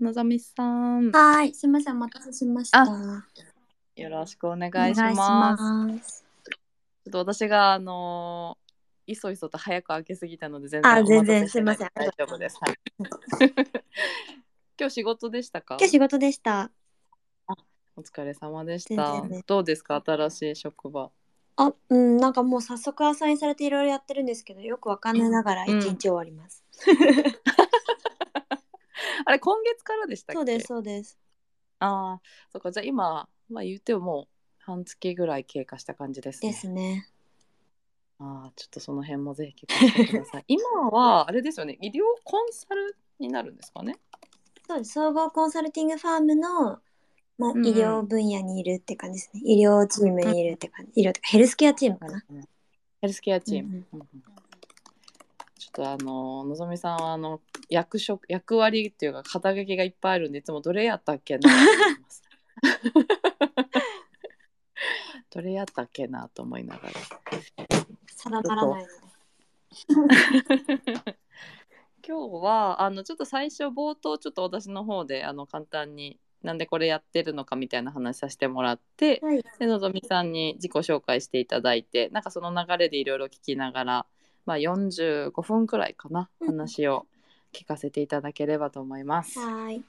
のぞみさん、はい、すみません、お待たせしました。あおよろしくお願願いいしします。ます。ちょっと私があのーいそいそと早く開けすぎたので全あ全然お待たせしてないすいません大丈夫です。はい今日仕事でしたか今？日仕事でした。お疲れ様でし全た然ね。どうですか新しい職場？あ、うん、なんかもう早速アサインされていろいろやってるんですけど、よくわかんないながら一うん日終わります。あれ今月からでしたっけ？そうです、。そうです。ああ、そっかじゃあ今まあ言ってももう半月ぐらい経過した感じですね。ですね。ああちょっとその辺もぜひ聞かせてくだ さい。今はあれですよね医療コンサルになるんですかね？そうです。総合コンサルティングファームの、まあ、うんうん医療分野にいるって感じですね。医療チームにいるって感じ。医療とかヘルスケアチームかな。ヘルスケアチーム。ううんうんんうんちょっとあののぞみさんはあの役職役割っていうか肩書きがいっぱいあるんでいつもどれやったっけなと思います どれやったっけなと思いながら定まらないので。 今日はあのちょっと最初冒頭ちょっと私の方であの簡単になんでこれやってるのかみたいな話させてもらってはい。でのぞみさんに自己紹介していただいてなんかその流れでいろいろ聞きながら、まあ、45分くらいかなうん話を聞かせていただければと思います。はい。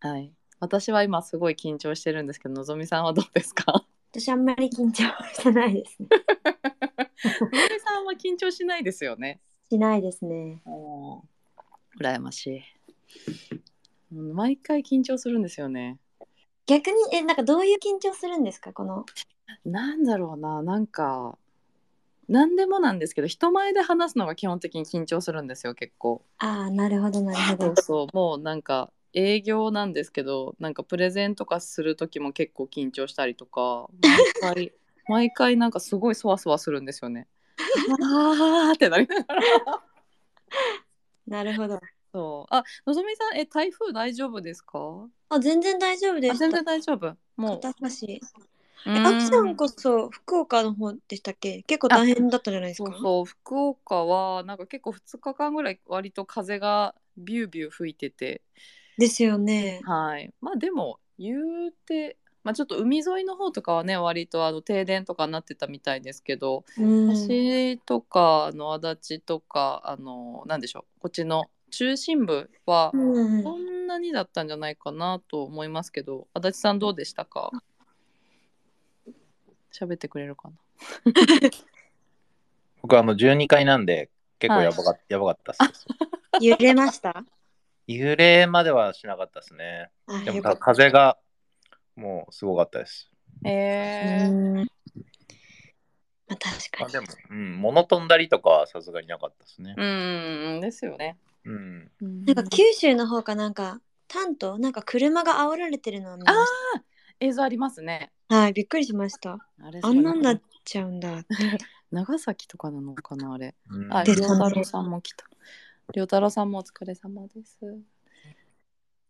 はい、私は今すごい緊張してるんですけどのぞみさんはどうです か私あんまり緊張してないですね。のぞみさんは緊張しないですよね。しないですね。羨ましい。うん毎回緊張するんですよね。逆に、え、なんかどういう緊張するんですかこの。なんだろうななんか何でもなんですけど人前で話すのが基本的に緊張するんですよ結構。ああ、なるほど、なそるほう ど。そうもうなんか営業なんですけどなんかプレゼンとかする時も結構緊張したりとか毎 回毎回なんかすごいそわそわするんですよね。あーってなりながら。なるほど。そうあのぞみさんえ台風大丈夫ですかあ、全然大丈夫であす。全然大丈夫もう片足。うえ、んあきさんこそ福岡の方でしたっけ結構大変だったじゃないですそうか。そう福岡はなんか結構2日間ぐらい割と風がビュービュー吹いててですよね。はいまあでも言うて、まあ、ちょっと海沿いの方とかはね割とあの停電とかなってたみたいですけど、うん。私とかあの足立とかあのなんでしょうこっちの中心部はうんそんなにだったんじゃないかなと思いますけど足立さんどうでしたか喋ってくれるかな僕あの12階なんで結構やばか,、やばかったっ す。揺れました幽霊まではしなかったですね。あ、でもよかたった。風がもうすごかったです。えー、うん。まあ、確かまあ、に。でも、うん、物飛んだりとかはさすがになかったですねう。んですよね。うん。なんか九州の方かなんか、丹東なんか車が煽られてるのを見まし映像ありますね。た。はい、びっくりしました。あれあんなんなっちゃうんだ。長崎とかなのかなあれ。うんあ、でりょすうたろうさんも来た。りょうたろうさんもお疲れ様です。今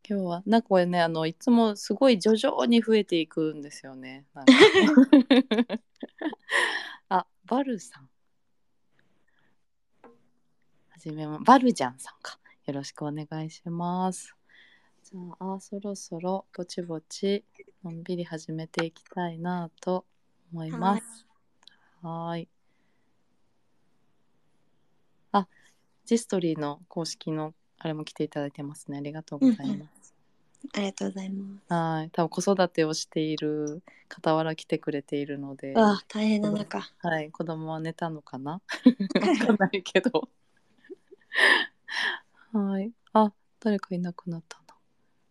日は、なんかこれね、あの、いつもすごい徐々に増えていくんですよね。なんか あ、バルさん。はじめま、バルジャンさんか。よろしくお願いします。じゃあ、あそろそろぼちぼちのんびり始めていきたいなと思います。はーい。あ、ジェストリーの公式のあれも来ていただいてますね。ありがとうございうんます。ありがとうございます。はい。多分子育てをしている傍ら来てくれているので、あ、大変な中。はい。子供は寝たのかなわかんないけど。はい。あ、誰かいなくなったな。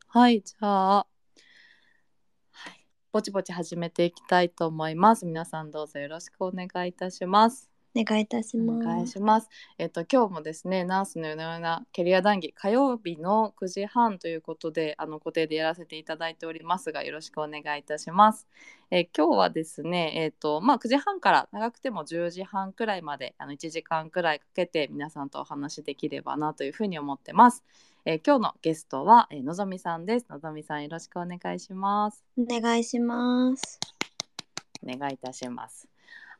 はい。じゃあ、はい。ぼちぼち始めていきたいと思います。皆さんどうぞよろしくお願いいたします。お願いいたしおます。願いします。えっと今日もですね、ナースのようなようなキャリア談義火曜日の9時半ということで、あの固定でやらせていただいておりますが、よろしくお願いいたします。えー今日はですね、えっとまあ9時半から長くても10時半くらいまで、あの1時間くらいかけて皆さんとお話しできればなというふうに思ってます。えー今日のゲストは、えーのぞみさんです。のぞみさんよろしくお願いします。お願いします。お願いいたします。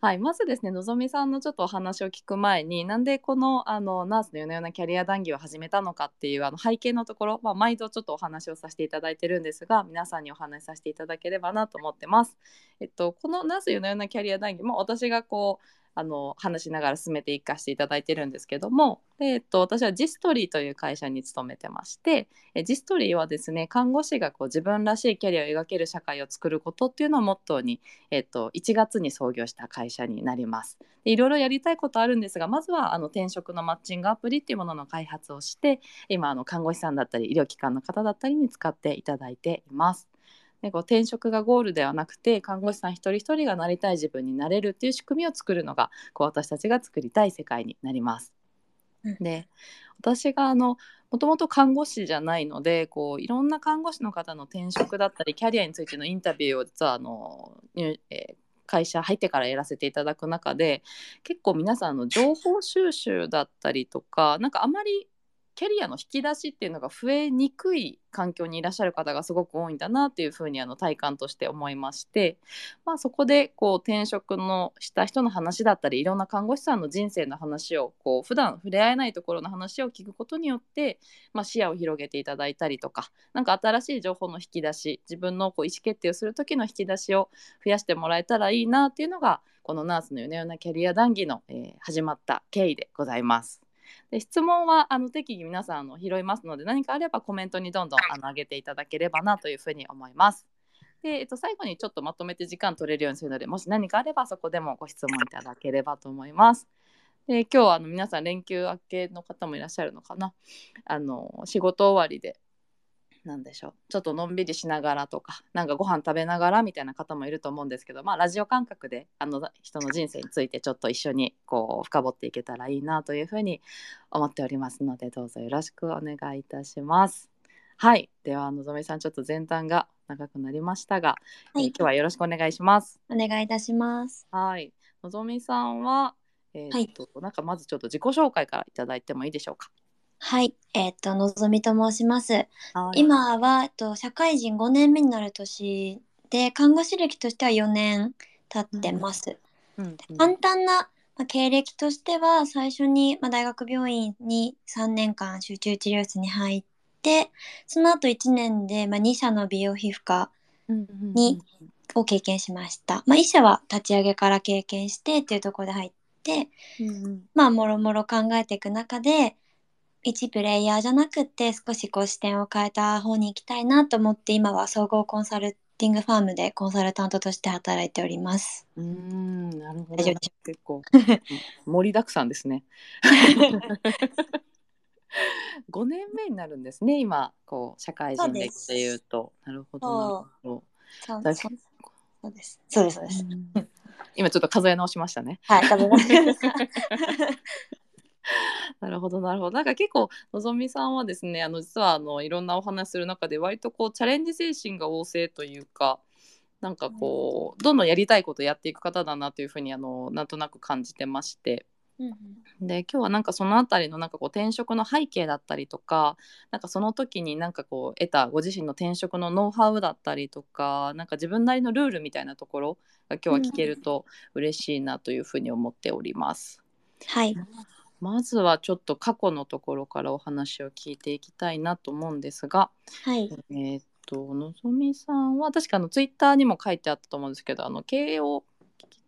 はい、まずですねのぞみさんのちょっとお話を聞く前になんでこのあのナースの夜な夜なキャリア談義を始めたのかっていうあの背景のところ、まあ、毎度ちょっとお話をさせていただいてるんですが皆さんにお話しさせていただければなと思ってます。えっと、このナースの夜な夜なキャリア談義も私がこうあの話しながら進めていかせていただいてるんですけども、でえっと、私はジストリーという会社に勤めてましてえジストリーはですね看護師がこう自分らしいキャリアを描ける社会を作ることっていうのをモットーにえっと、1月に創業した会社になります。でいろいろやりたいことあるんですがまずはあの転職のマッチングアプリっていうものの開発をして今あの看護師さんだったり医療機関の方だったりに使っていただいています。でこう転職がゴールではなくて看護師さん一人一人がなりたい自分になれるっていう仕組みを作るのがこう私たちが作りたい世界になります。うんで私があのもともと看護師じゃないのでこういろんな看護師の方の転職だったりキャリアについてのインタビューを実はあの、入えー会社入ってからやらせていただく中で結構皆さんあの情報収集だったりとかなんかあまりキャリアの引き出しっていうのが増えにくい環境にいらっしゃる方がすごく多いんだなっていうふうにあの体感として思いまして、まあ、そこでこう転職のした人の話だったりいろんな看護師さんの人生の話をこう普段触れ合えないところの話を聞くことによって、まあ、視野を広げていただいたりとかなんか新しい情報の引き出し自分のこう意思決定をする時の引き出しを増やしてもらえたらいいなっていうのがこの「ナースの夜な夜なキャリア談義の」えー始まった経緯でございます。で質問はあの適宜皆さんあの拾いますので何かあればコメントにどんどんあの上げていただければなというふうに思います。でえっと、最後にちょっとまとめて時間取れるようにするのでもし何かあればそこでもご質問いただければと思います。で今日はあの皆さん連休明けの方もいらっしゃるのかなあの仕事終わりでなんでしょうちょっとのんびりしながらとかなんかご飯食べながらみたいな方もいると思うんですけど、まあ、ラジオ感覚であの人の人生についてちょっと一緒にこう深掘っていけたらいいなというふうに思っておりますのでどうぞよろしくお願いいたします。はいではのぞみさんちょっと前段が長くなりましたが、えーはい今日はよろしくお願いします。お願いいたします。はいのぞみさんはえーっと、なんかまずちょっと自己紹介からいただいてもいいでしょうか。はい、えっとのぞみと申します。はい今はえっと社会人5年目になる年で看護師歴としては4年経ってます。うんうん簡単なまあ経歴としては最初にまあ大学病院に3年間集中治療室に入ってその後1年でまあ2社の美容皮膚科にを経験しました。まあ、医者は立ち上げから経験してっていうところで入って、まあ、もろもろ考えていく中で、一プレイヤーじゃなくて少しこう視点を変えた方に行きたいなと思って今は総合コンサルティングファームでコンサルタントとして働いております。うーんなるほど大丈夫でし結構 盛りだくさんですね 5年目になるんですね今こう社会人歴っていうとなるほどなるほどそうだいそうそうです。そうです。そうです。うん 今ちょっと数え直しましたねはい、食べます。 なるほどなるほどなんか結構のぞみさんはですねあの実はあのいろんなお話する中で割とこうチャレンジ精神が旺盛というかなんかこうどんどんやりたいことやっていく方だなというふうにあのなんとなく感じてまして うんうんで今日はなんかそのあたりのなんかこう転職の背景だったりとかなんかその時になんかこう得たご自身の転職のノウハウだったりとかなんか自分なりのルールみたいなところが今日は聞けると嬉しいなというふうに思っております。はい。まずはちょっと過去のところからお話を聞いていきたいなと思うんですが、はい。えーっとのぞみさんは確かあのツイッターにも書いてあったと思うんですけどあの慶応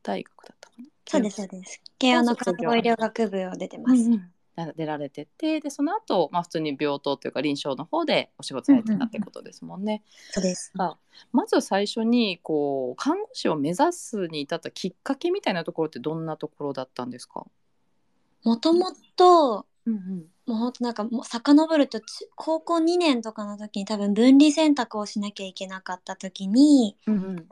大学だったかなそうです。そうです。慶応の看護医療学部を出てます。な出られててでその後、まあ普通に病棟というか臨床の方でお仕事されてたってことですもんね。そうです。まず最初にこう看護師を目指すに至ったきっかけみたいなところってどんなところだったんですか、もともと、うんうんもうほんとなんかもう遡ると中高校2年とかの時に多分分離選択をしなきゃいけなかった時にうんうん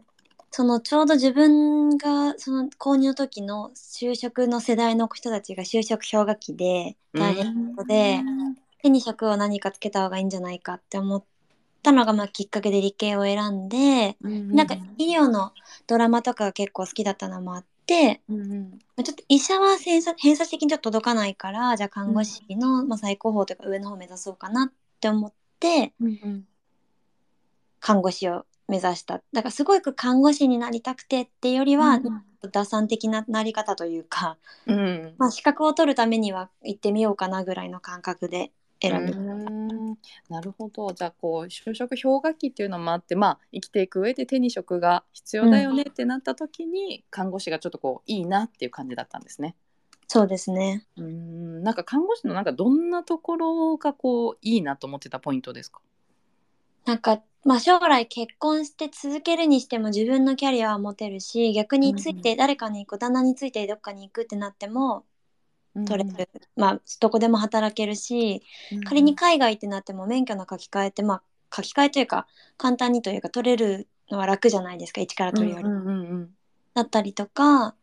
そのちょうど自分がその購入の時の就職の世代の人たちが就職氷河期でダイエットで手に職を何かつけた方がいいんじゃないかって思ったのがまあきっかけで理系を選んでなんか医療のドラマとかが結構好きだったのもあってうんうんまあちょっと医者は偏差偏差的にちょっと届かないからじゃあ看護師の、まあ、最高峰というか上の方を目指そうかなって思ってうんうん看護師を目指しただからすごく看護師になりたくてっていうよりは、うん打算的ななり方というか、うんまあ、資格を取るためには行ってみようかなぐらいの感覚で選びました。うんなるほどじゃあこう就職氷河期っていうのもあって、まあ、生きていく上で手に職が必要だよねってなった時に、看護師がちょっとこういいなっていう感じだったんですね。そうですねうんなんか看護師のなんかどんなところがこういいなと思ってたポイントですかなんか、まあ、将来結婚して続けるにしても自分のキャリアは持てるし逆について誰かに行く、旦那についてどっかに行くってなっても取れる、まあどこでも働けるし仮に海外ってなっても免許の書き換えって、まあ、書き換えというか簡単にというか取れるのは楽じゃないですか一から取るより。うんうんうんだったりとか、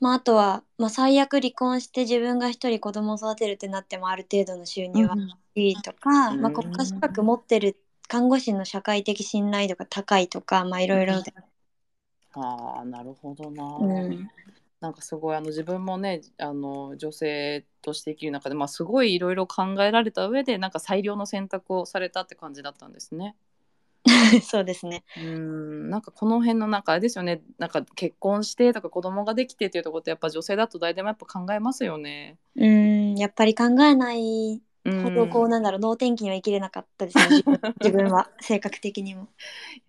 まあ、あとは、まあ、最悪離婚して自分が一人子供を育てるってなってもある程度の収うん入は欲しいとか、うんまあ、国家資格持ってる看護師の社会的信頼度が高いとかまあいろいろで、ああなるほどな、うんなんかすごいあの自分もねあの女性として生きる中で、まあ、すごいいろいろ考えられた上でなんか最良の選択をされたって感じだったんですね。 そうですねうんなんかこの辺のなんかあれですよねなんか結婚してとか子供ができてっていうところってやっぱ女性だと誰でもやっぱ考えますよね。うんやっぱり考えないうんほどこうなんだろう能天気には生きれなかったですね自 分自分は性格的にも。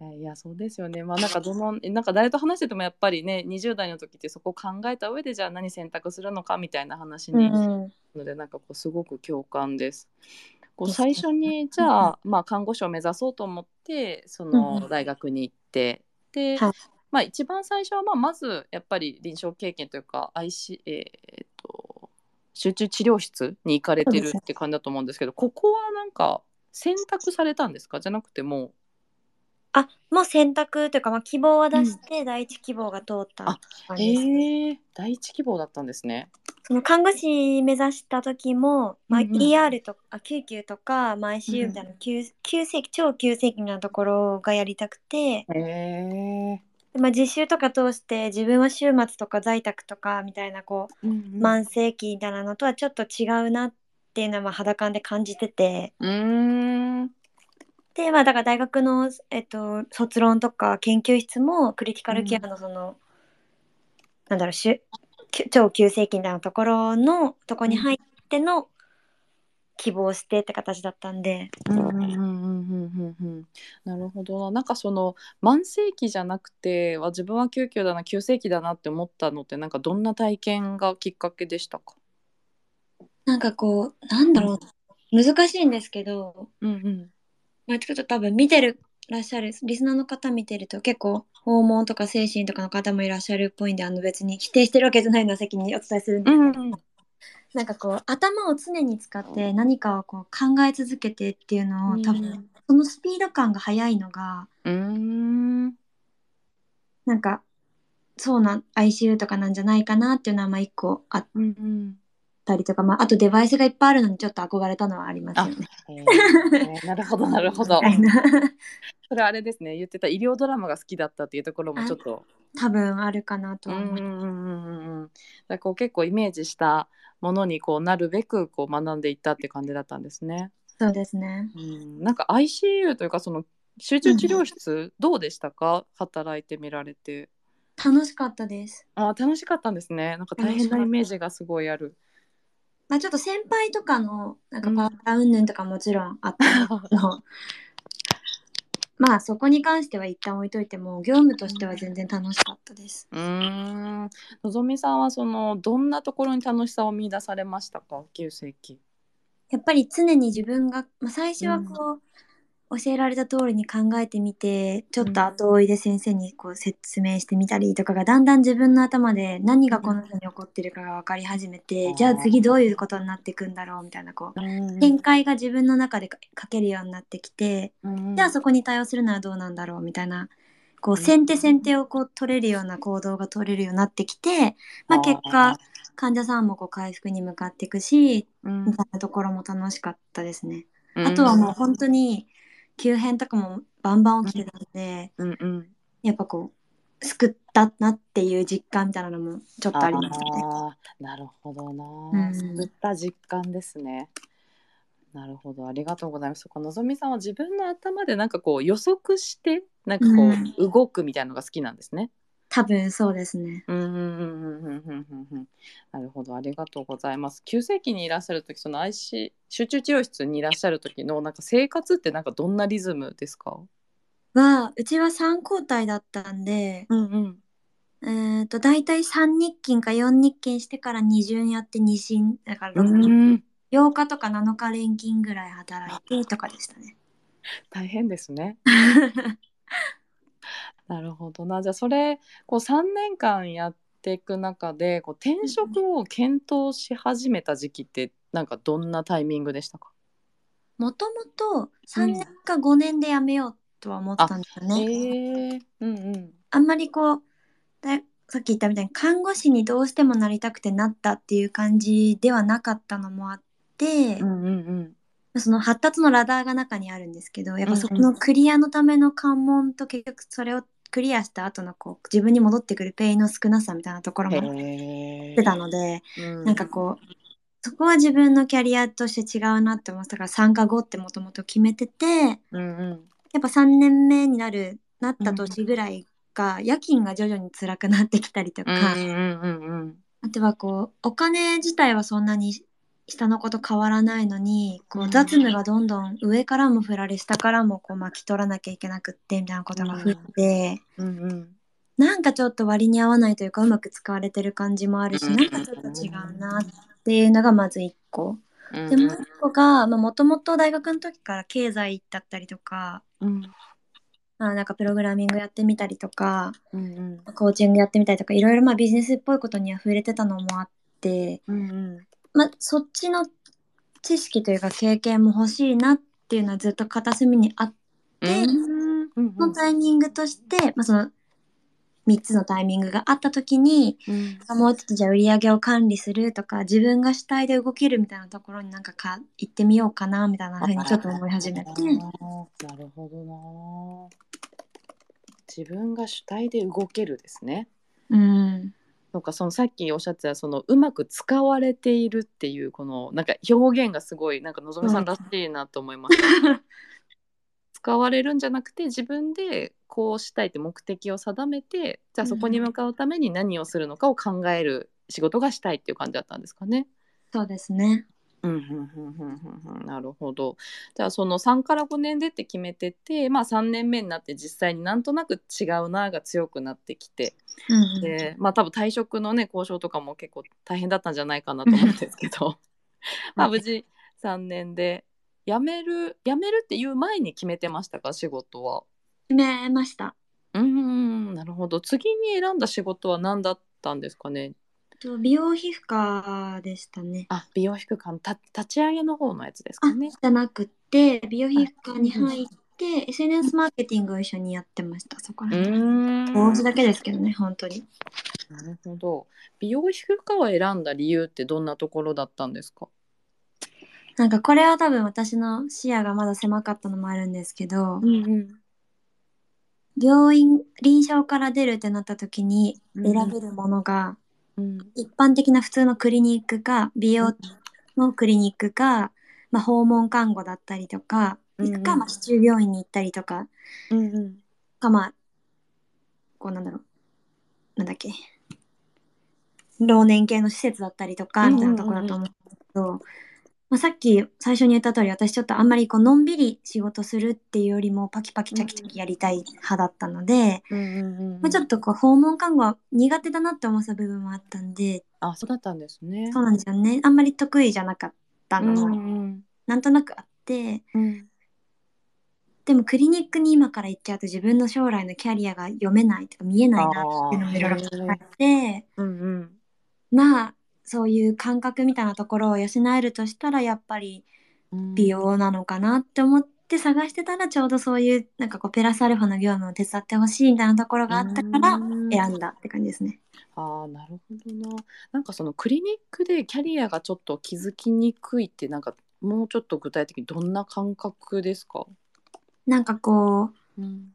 いやいやそうですよね。まあなんかどのなんか誰と話しててもやっぱりね20代の時ってそこを考えた上でじゃあ何選択するのかみたいな話うにんのでなんかこうすごく共感です。こうですね最初にじゃあ、まあ、看護師を目指そうと思ってそうんうのん大学に行ってで、はいまあ、一番最初はまあまずやっぱり臨床経験というか IC、えーっと集中治療室に行かれてるって感じだと思うんですけどここはなんか選択されたんですかじゃなくてもうあもう選択というか、まあ、希望は出して第一希望が通った感じですねえー第一希望だったんですね。その看護師目指した時も、まあ、うんうん ER とか、あ救急とか、まあ、うん ICU みたいな急急性期超急性期なところがやりたくて、えーまあ、実習とか通して自分は週末とか在宅とかみたいなこうんう慢性期みたいなのとはちょっと違うなっていうのはまあ肌感で感じててうん、うーんで、まあ、だから大学の、えっと、卒論とか研究室もクリティカルケアのその、なんだろうしゅき超急性期みたいなところのとこに入っての希望してって形だったんで、うんうんうんうんうんうんうんなるほどななんかその慢性期じゃなくては自分は救急だな急性期だなって思ったのってなんかどんな体験がきっかけでしたかなんかこうなんだろう難しいんですけど、うんうんまあ、ちょっと多分見てるらっしゃるリスナーの方見てると結構訪問とか精神とかの方もいらっしゃるっぽいんであの別に否定してるわけじゃないのは責任お伝えするんですけど、うんなんかこう頭を常に使って何かをこう考え続けてっていうのを多分、うんそのスピード感が速いのがうーんなんかそうなん ICU とかなんじゃないかなっていうのはまあ一個あっうんうんたりとか、まあ、あとデバイスがいっぱいあるのにちょっと憧れたのはありますよね。へーなるほどなるほどみたいな それあれですね言ってた医療ドラマが好きだったっていうところもちょっと多分あるかなとうはん思うんう。うんうんうんだからこう結構イメージしたものにこうなるべくこう学んでいったって感じだったんですね。そうですね。うんなんか ICU というかその集中治療室どうでしたか、働いてみられて楽しかったです。あー楽しかったんですねなんか大変なイメージがすごいあるまあ、ちょっと先輩とかのなんかパワハラ云々とかもちろんあったんですけ どまあそこに関しては一旦置いといても業務としては全然楽しかったです。うーんのぞみさんはそのどんなところに楽しさを見出されましたか急性期やっぱり常に自分が、まあ、最初はこう、教えられた通りに考えてみてちょっと後追いで先生にこう説明してみたりとかがだんだん自分の頭で何がこの人に起こってるかが分かり始めて、うんじゃあ次どういうことになっていくんだろうみたいなこう展開が自分の中でか書けるようになってきて、じゃあそこに対応するのはどうなんだろうみたいなこううん先手先手をこう取れるような行動が取れるようになってきて、まあ、結果患者さんもこう回復に向かっていくしみたいなところも楽しかったですね。あとはもう本当に急変とかもバンバン起きてたんで、うん、うんうんやっぱこう救ったなっていう実感みたいなのもちょっとありますね。あーなるほどな、うんそういった実感ですね。なるほどありがとうございますそっかのぞみさんは自分の頭でなんかこう予測してなんかこう、動くみたいなのが好きなんですね。多分そうですね。うんうんうんうんうんうんうんなるほどありがとうございます。急性期にいらっしゃる時その IC 集中治療室にいらっしゃる時のなんか生活ってなんかどんなリズムですか？はうちは3交代だったんで、うんうん。えー、と大体3日勤か4日勤してから2巡やって2進だからう6日ん8日とか7日連勤ぐらい働いてとかでしたね。大変ですね。なるほどなじゃあそれこう3年間やっていく中でこう転職を検討し始めた時期ってなんかどんなタイミングでしたか、 もともと3年か5年で辞めようとは思ってたんですよえね。えうんうんあんまりこうださっき言ったみたいに看護師にどうしてもなりたくてなったっていう感じではなかったのもあって、うんうんその発達のラダーが中にあるんですけどやっぱそこのクリアのための関門と結局それをクリアした後のこう自分に戻ってくるペインの少なさみたいなところうもん。出へてたので、え。なんかこうそこは自分のキャリアとして違うなって思ってたから3か5ってもともと決めてて。うん。うんうん。やっぱ3年目になるなった年ぐらいが、夜勤が徐々に辛くなってきたりとうか、んうんうんうん。あとはこうお金自体はそんなに下の子と変わらないのにこうんう雑務がどんどん上からも振られ下からもこう巻き取らなきゃいけなくってみたいなことが増えて、うんうん。なんかちょっと割に合わないというかうまく使われてる感じもあるし、うんなんかちょっと違うなっていうのがまず1個。うんでもう1個がもともと大学の時から経済だったりとか。うんまあ、なんかプログラミングやってみたりとかうんコーチングやってみたりとかいろいろまあビジネスっぽいことには触れてたのもあって、うんうんまあ、そっちの知識というか経験も欲しいなっていうのはずっと片隅にあってうんうんそのタイミングとして、まあ、その3つのタイミングがあった時にうんもうちょっとじゃあ売り上げを管理するとか自分が主体で動けるみたいなところになんかか行ってみようかなみたいなふうにちょっと思い始めてあ。ーなるほどな。自分が主体で動けるですね。うん なんかそのさっきおっしゃってたそのうまく使われているっていうこのなんか表現がすごいなんかのぞみさんらしいなと思いま した。使われるんじゃなくて自分でこうしたいって目的を定めてじゃあそこに向かうために何をするのかを考える仕事がしたいっていう感じだったんですかね。そうですね。うんうんうんうんうんうんなるほどじゃあその3から5年でって決めてて、まあ、3年目になって実際になんとなく違うなが強くなってきてうんうんで、まあ、多分退職のね交渉とかも結構大変だったんじゃないかなと思うんですけ どまあ無事3年で辞める辞めるっていう前に決めてましたか仕事は。決めました。うんうんうんなるほど次に選んだ仕事は何だったんですかねと美容皮膚科でしたね。あ美容皮膚科のた立ち上げの方のやつですあ、かねじ。ゃなくて美容皮膚科に入って、SNS マーケティングを一緒にやってました。そこらう辺。ーん坊主だけですけどね、本当に。なるほど。美容皮膚科を選んだ理由ってどんなところだったんですか。なんかこれは多分私の視野がまだ狭かったのもあるんですけど、ん病院臨床から出るってなった時にうん選べるものうが、ん。一般的な普通のクリニックか美容のクリニックか、まあ、訪問看護だったりとか行くか、うんまあ、市中病院に行ったりとかうんうん。かまあこうなんだろうなんだっけ老年系の施設だったりとかうんみたいなところだと思うんですけど、まあ、さっき最初に言った通り私ちょっとあんまりこうのんびり仕事するっていうよりもパキパキチャキチャキやりたい派だったので、うんうんうん。まあ、ちょっと。とこう訪問看護は苦手だなって思ってた部分もあったんであ、そうだったんですね。そうなんですよねあんまり得意じゃなかったのうもんなんとなくあってうん。でもクリニックに今から行っちゃうと自分の将来のキャリアが読めないとか見えないなっていうのもいろいろ考えて。うんうん。まあそういう感覚みたいなところを養えるとしたらやっぱりうん美。容なのかなって思って探してたらちょうどそういうなんかこうペラスアルファの業務を手伝ってほしいみたいなところがあったからうん選んだって感じですね。ああ、なるほどな。なんかそのクリニックでキャリアがちょっと気づきにくいって、なんか。もうちょっと具体的にどんな感覚ですか。なんかこううん。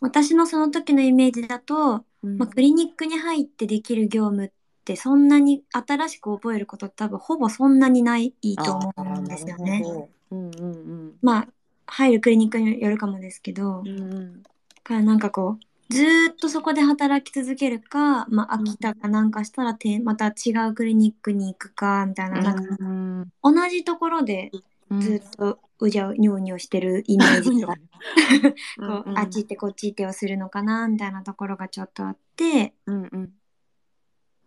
私のその時のイメージだと、うんまあ、クリニックに入ってできる業務ってそんなに新しく覚えることって多分ほぼそんなにないと思あうーんですよねなる。ほどうんうんまあ入るクリニックによるかもですけど、うん。うんうんからなんかこうずーっとそこで働き続けるか、まあ、飽きたかなんかしたらてまた違うクリニックに行くかみたいな,、なんかうん同じところでうんずっとうじゃうにょうにょしてるイメージがこううん うんあっち行ってこっち行ってをするのかなみたいなところがちょっとあってうんうん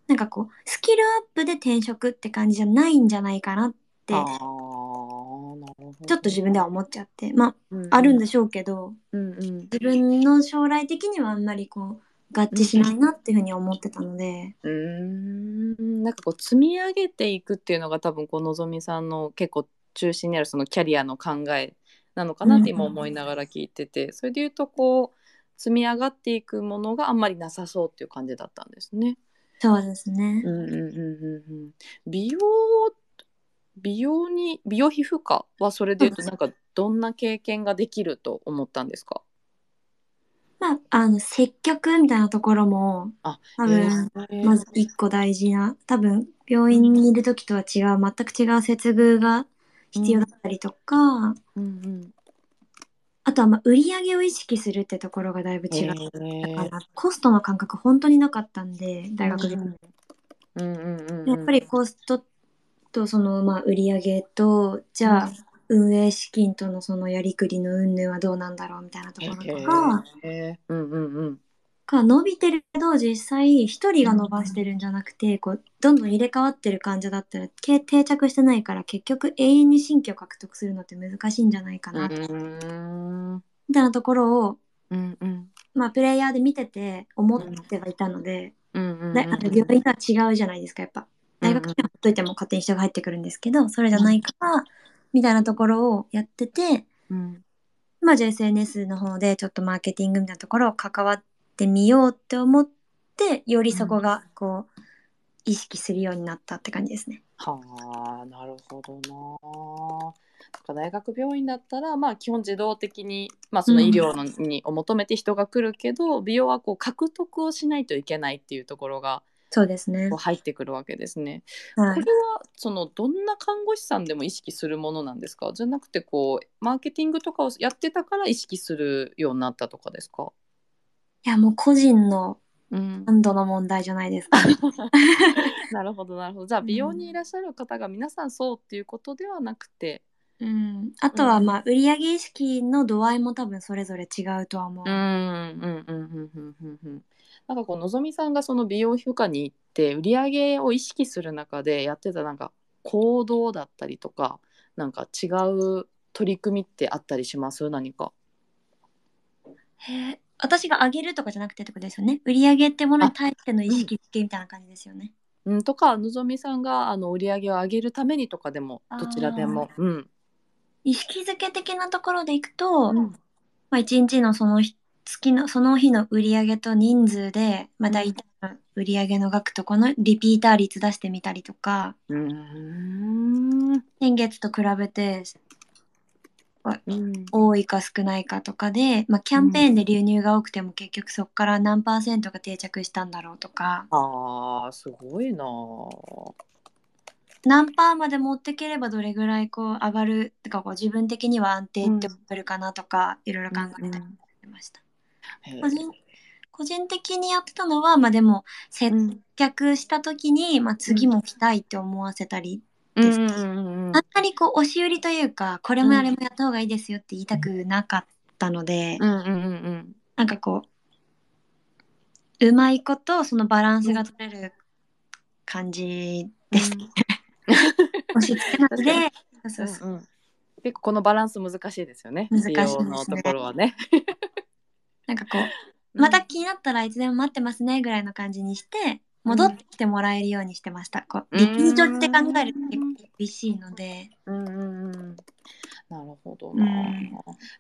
なんかこうスキルアップで転職って感じじゃないんじゃないかなってあーなるほどちょっと自分では思っちゃってまああるんでしょうけどうんうん自分の将来的にはあんまりこう合致しないなっていうふうに思ってたので。うーんなんかこう積み上げていくっていうのが多分こうのぞみさんの結構中心にあるそのキャリアの考えなのかなって今思いながら聞いてて、それで言うとこう積み上がっていくものがあんまりなさそうっていう感じだったんですね。そうですねう。んうんうんうんうん美容美容に美容皮膚科はそれで言うとなんかどんな経験ができると思ったんですかまあ、あの、接客みたいなところも、あ多分、えーまず一個大事な、多分、病院にいる時とは違う、全く違う接遇が必要だったりとか、うんうんあとは、まあ、売り上げを意識するってところがだいぶ違う。えだーから、コストの感覚本当になかったんで、大学で。うんうんうんうん、やっぱりコストと、その、まあ、売り上げと、じゃあ、運営資金とのそのやりくりの云々はどうなんだろうみたいなところとか、へーうんうんうんが伸びてるけど実際一人が伸ばしてるんじゃなくてこうどんどん入れ替わってる患者だったらけ定着してないから結局永遠に新規を獲得するのって難しいんじゃないかうな、みんたいなところを、うんうんまあ、プレイヤーで見てて思ってはいたので、うんうんだあの病院とは違うじゃないですかやっぱ大学にはほっといても勝手に人が入ってくるんですけどそれじゃないからみたいなところをやっててうんまあ、じゃあ SNS の方でちょっとマーケティングみたいなところを関わってみようって思ってよりそこがこう、意識するようになったって感じですね。はあなるほどななんか大学病院だったら、まあ、基本自動的に、まあ、その医療のにを求めて人が来るけど、美容はこう獲得をしないといけないっていうところがそうですねこう。入ってくるわけですね。はこいれ、はそのどんな看護師さんでも意識するものなんですかじゃなくてこうマーケティングとかをやってたから意識するようになったとかですか、いやもう個人のうん、感度の問題じゃないですか。 なるほどなるほどじゃあうん美容にいらっしゃる方が皆さんそうっていうことではなくてうん、あとはまあ売上意識の度合いも多分それぞれ違うとは思うう。んうんうんうんうんうんうんなんかこうのぞみさんがその美容皮膚科に行って売り上げを意識する中でやってたなんか行動だったりとかなんか違う取り組みってあったりします何かへえ私が上げるとかじゃなくてってことですよね。売上ってものに対しての意識ってみたいな感じですよね。うん、とかのぞみさんがあの売り上げを上げるためにとかでもあーどちらでも。うん意識づけ的なところでいくと、うんまあ、1日のその日月のその日の売り上げと人数で、まあ、大体の売り上げの額とこのリピーター率出してみたりとかうーん先月と比べてうん多いか少ないかとかで、まあ、キャンペーンで流入が多くても結局そこから何パーセントが定着したんだろうとかあーすごいなー何パーまで持ってければどれぐらいこう上がるってかこう自分的には安定って思えるかなとか、いろいろ考えたりしてました。へー個人個人的にやってたのは、まあ、でも接うん客した時に、まあ、次も来たいって思わせたり、うんうんうんあんまりこう押し売りというかこれもあれもやった方がいいですよって言いたくなかったので、うんうんうんうんなんかこううまいことそのバランスが取れる感じです、押し付け ないでそうそううんうん結構このバランス難しいですよね。難しいですね美容のところはね。なんかこうまた気になったらいつでも待ってますねぐらいの感じにして戻ってきてもらえるようにしてました、こうリピートって考えるって結構厳しいので。うんうんうんなるほどな。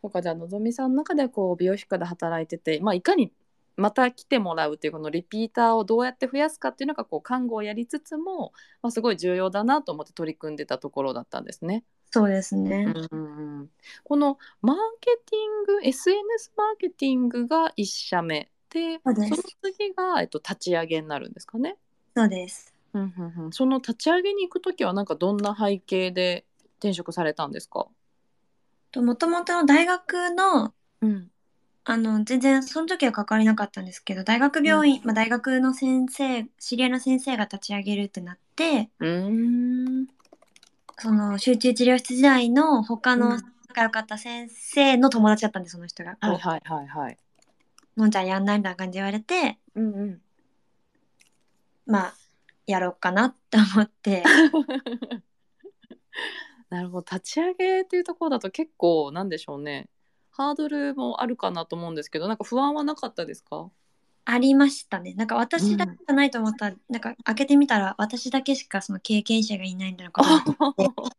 とかじゃあのぞみさんの中ではこう美容皮膚科で働いてて、まあ、いかにまた来てもらうっていうこのリピーターをどうやって増やすかっていうのがこう看護をやりつつも、まあ、すごい重要だなと思って取り組んでたところだったんですね。そうですね。うんうんこのマーケティング SNS マーケティングが1社目でそうですその次が、えっと、立ち上げになるんですかね。そうです。うんうんうん、その立ち上げに行くときはなんかどんな背景で転職されたんですか、と元々の大学のうんあの全然その時は関わりなかったんですけど大学病院、うんまあ、大学の先生知り合いの先生が立ち上げるってなってうーんその集中治療室時代の他うのん仲良かった先生の友達だったんでその人が、こうはいはいはいはい。のんちゃんやんないみたいな感じで言われてうんうん、まあやろうかなって思って なるほど立ち上げっていうところだと結構なんでしょうねハードルもあるかなと思うんですけどなんか不安はなかったですかありましたねなんか私だけじゃないと思ったら、なんか開けてみたら私だけしかその経験者がいないみたいなことに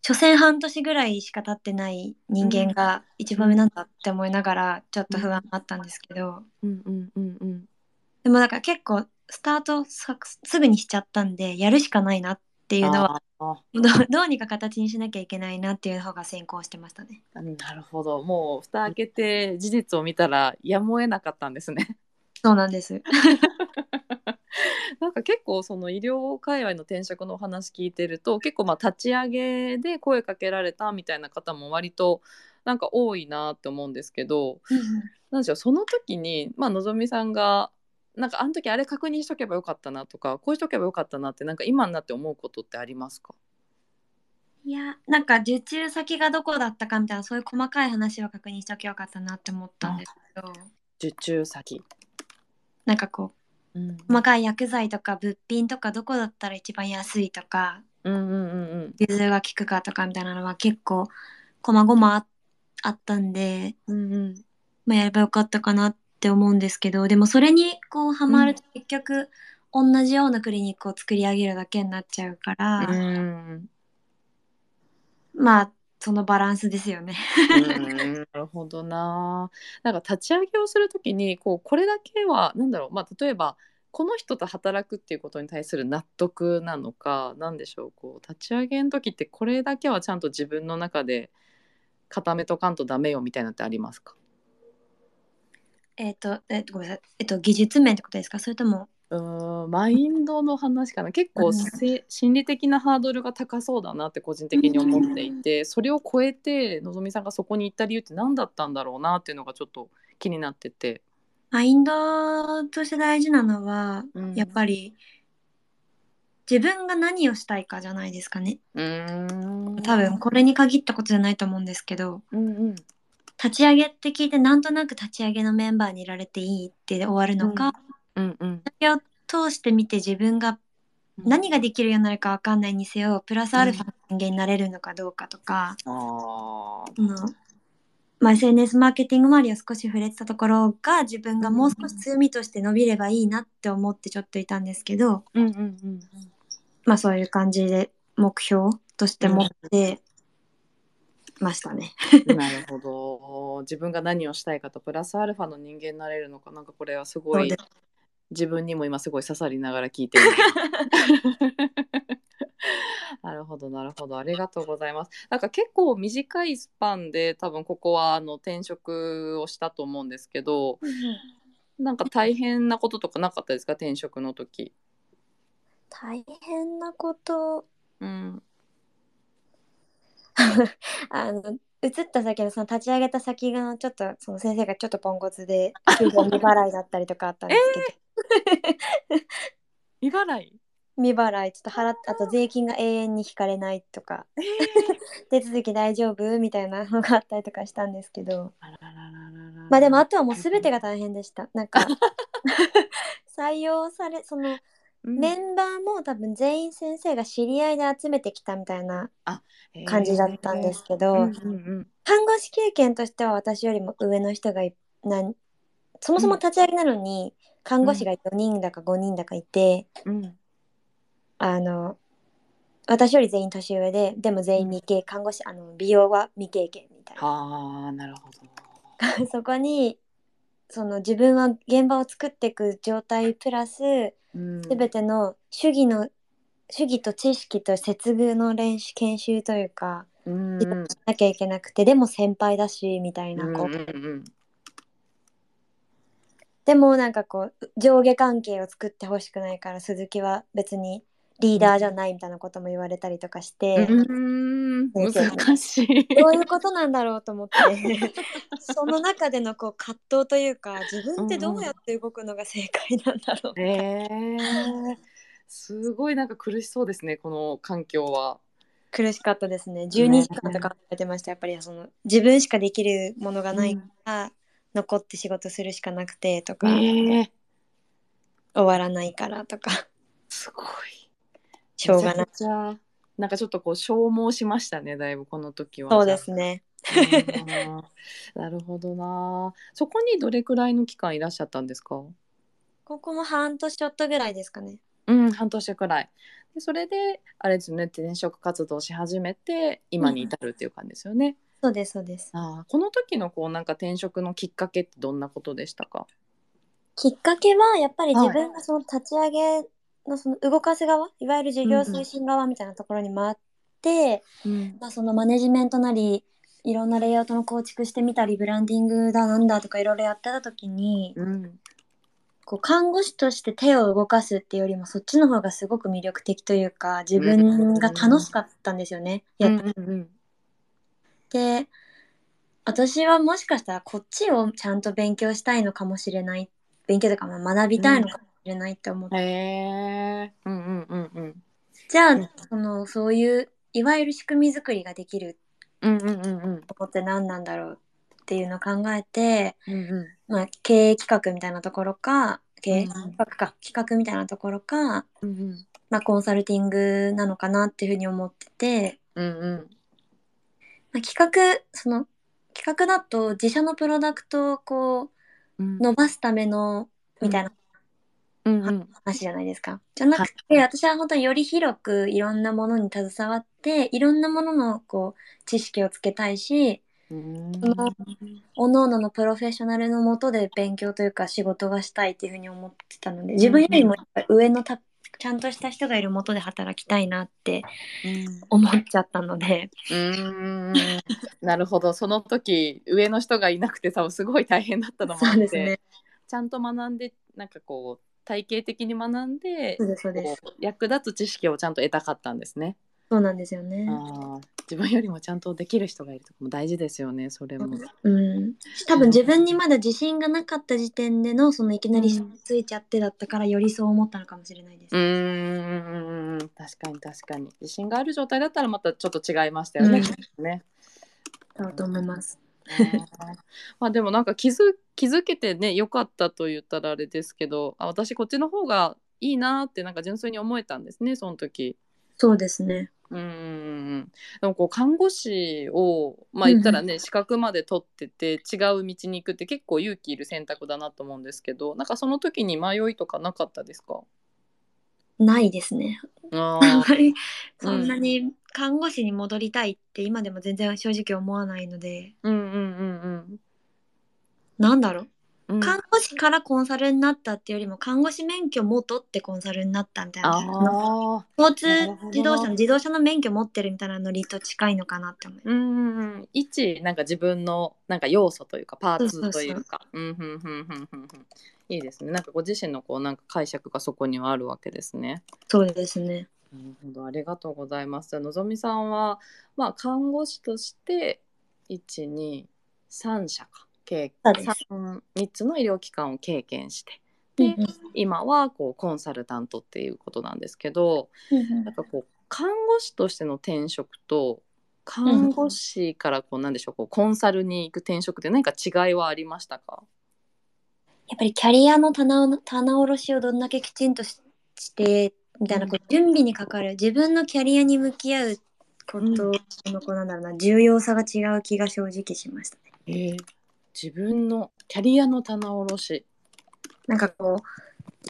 所詮半年ぐらいしか経ってない人間が一番目なんだって思いながらちょっと不安だったんですけど、うんうんうんうんでもなんか結構スタートさすぐにしちゃったんでやるしかないなっていうのはあどどうにか形にしなきゃいけないなっていう方が先行してましたね。ーなるほどもう蓋開けて事実を見たらやむを得なかったんですねそうなんです。なんか結構その医療界隈の転職のお話聞いてると結構まあ立ち上げで声かけられたみたいな方も割となんか多いなって思うんですけど、なんでしょうその時に、まあのぞみさんがなんかあの時あれ確認しとけばよかったなとかこうしとけばよかったなってなんか今になって思うことってありますかいやなんか受注先がどこだったかみたいなそういう細かい話は確認しておきゃよかったなって思ったんですけど、受注先、なんかこうん、う細かい薬剤とか物品とかどこだったら一番安いとかうんうんうんうん融通が効くかとかみたいなのは結構細々ああったんで、うんうんまあ、やればよかったかなって思うんですけどでもそれにこうハマると結局同じようなクリニックを作り上げるだけになっちゃうから、うんまあそのバランスですよね。な るほどななんか立ち上げをする時にこうこれだけはなんだろう、まあ、例えばこの人と働くっていうことに対する納得なのかなんでしょうこう立ち上げの時ってこれだけはちゃんと自分の中で固めとかんとダメよみたいなのってありますかえっ、と、えっ、と、ごめんなさい。えっ、と、技術面ってことですかそれとも、うーんマインドの話かな結構せ心理的なハードルが高そうだなって個人的に思っていてそれを超えてのぞみさんがそこに行った理由って何だったんだろうなっていうのがちょっと気になってて。マインドとして大事なのは、うんやっぱり、自分が何をしたいかじゃないですかね。うーん多分、これに限ったことじゃないと思うんですけど、うんうん立ち上げって聞いて、なんとなく立ち上げのメンバーにいられていいって終わるのか、うんうんそれを通してみて自分が何ができるようになるかわかんないにせよ、プラスアルファの人間になれるのかどうかとか、あーそのまあ、SNS マーケティング周りを少し触れてたところが自分がもう少し強みとして伸びればいいなって思ってちょっといたんですけど、うんうんうんまあ、そういう感じで目標として持ってましたね。うんなるほど自分が何をしたいかとプラスアルファの人間になれるのかなんかこれはすごいそうで自分にも今すごい刺さりながら聞いてる。 なるほどなるほどありがとうございます。なんか結構短いスパンで多分ここはあの転職をしたと思うんですけどなんか大変なこととかなかったですか転職の時。大変なことうん、 あの移った先のその立ち上げた先がちょっとその先生がちょっとポンコツで給料未払いだったりとかあったんです けど、未払 い未払いちょっと払っあと税金が永遠に引かれないとか、手続き大丈夫みたいなのがあったりとかしたんです けどあららららららまあでもあとはもう全てが大変でしたなんか採用されそのうんメンバーも多分全員先生が知り合いで集めてきたみたいな感じだったんで、すけえど、ーうんうん看護師経験としては私よりも上の人がいなんそもそも立ち上げなのに看護師が4人だか5人だかいて。うんうん、あの私より全員年上ででも全員未経看護師あの美容は未経験みたいなはあなるほど。 そこにその自分は現場を作っていく状態プラスうん、全ての主義の主義と知識と接遇の練習研修というかうん自うん分しなきゃいけなくてでも先輩だしみたいなこう、うんうんうんでもなんかこう上下関係を作ってほしくないから鈴木は別にリーダーじゃないみたいなことも言われたりとかして、うん難しい。どういうことなんだろうと思って その中でのこう葛藤というか自分ってどうやって動くのが正解なんだろう、えー、すごいなんか苦しそうですねこの環境は。苦しかったですね12時間とか考えてましたやっぱりその自分しかできるものがないから、残って仕事するしかなくてとか、えー、終わらないからと かすごい。しょうがなめちゃいくちゃなんかちょっとこう消耗しましたねだいぶこの時は。そうですねうんなるほどな。そこにどれくらいの期間いらっしゃったんですか。ここも半年ちょっとぐらいですかねうん、半年くらい。で、それで、あれですね、転職活動をし始めて、今に至るっていう感じですよね。そうですそうですああ、この時のこう、なんか転職のきっかけってどんなことでしたか。きっかけはやっぱりはい自分がその立ち上げのその動かす側いわゆる事業推進側みたいなところに回って、うん、まあ、そのマネジメントなりいろんなレイアウトの構築してみたりブランディングだなんだとかいろいろやってた時にうん、こう看護師として手を動かすっていうよりもそっちの方がすごく魅力的というか自分が楽しかったんですよね、うやっん、うん、てて私はもしかしたらこっちをちゃんと勉強したいのかもしれない勉強というかまあ学びたいのかもしれないって思ってうん。へえ、うん、うん、うん、うん。じゃあ、うんそのそういういわゆる仕組み作りができるうん、うん、うん、うん、ことって何なんだろうっていうのを考えて、うん、うまあ、経営企画みたいなところか経う営ん企画か、企画みたいなところか、ん、うん、まあ、コンサルティングなのかなっていうふうに思ってて、うん、うん、まあ、企画その企画だと自社のプロダクトをこうんう、伸ばすためのみたいなうん、うん、話じゃないですか。じゃなくて、私は本当により広くいろんなものに携わっていろんなもののこう知識をつけたいしうん、のおのおののプロフェッショナルのもとで勉強というか仕事がしたいっていうふうに思ってたので自分よりもやっぱり上のたちゃんとした人がいるもとで働きたいなってうん。思っちゃったのでうーんなるほどその時上の人がいなくてさすごい大変だったのもあそうっですて、ねちゃんと学んでなんかこう体系的に学んでそうですそうですこう役立つ知識をちゃんと得たかったんですね。そうなんですよねあー自分よりもちゃんとできる人がいるとかも大事ですよねそれも。うん多分自分にまだ自信がなかった時点でのそのいきなりついちゃってだったからよりそう思ったのかもしれないですうーん確かに確かに自信がある状態だったらまたちょっと違いましたよね。ねだと思いますまあでもなんか気づ気づけてね良かったと言ったらあれですけどあ私こっちの方がいいなってなんか純粋に思えたんですねその時。そうですねうんでもこう看護師をまあ言ったらね、資格まで取ってて違う道に行くって結構勇気いる選択だなと思うんですけどなんかその時に迷いとかなかったですかないですねああんーまりそんなに看護師に戻りたいって今でも全然正直思わないので、うんうんうんなんだろう、うんうん看護師からコンサルになったっていうよりも看護師免許も取ってコンサルになったみたいなああ交なるほ通ど自動車の自動車の免許持ってるみたいなノリと近いのかなって思います。うんうんうん一なんか自分のなんか要素というかパーそうそツうそとういうかうんうんうんうんうんうんいいですねなんかご自身のこうなんか解釈がそこにはあるわけですね。そうですねなるほどありがとうございます。じゃあのぞみさんは、まあ、看護師として123社か経そうです 3, つの医療機関を経験してで、うんうん今はこうコンサルタントっていうことなんですけど、なんかこう看護師としての転職と看護師からこうなんでしょうこうコンサルに行く転職って何か違いはありましたか？やっぱりキャリアの棚を棚卸しをどんだけきちんとししてみたいなこう準備にかかる自分のキャリアに向き合うことのこうなんだろうな重要さが違う気が正直しましたね。えー自分のキャリアの棚卸し、なんかこ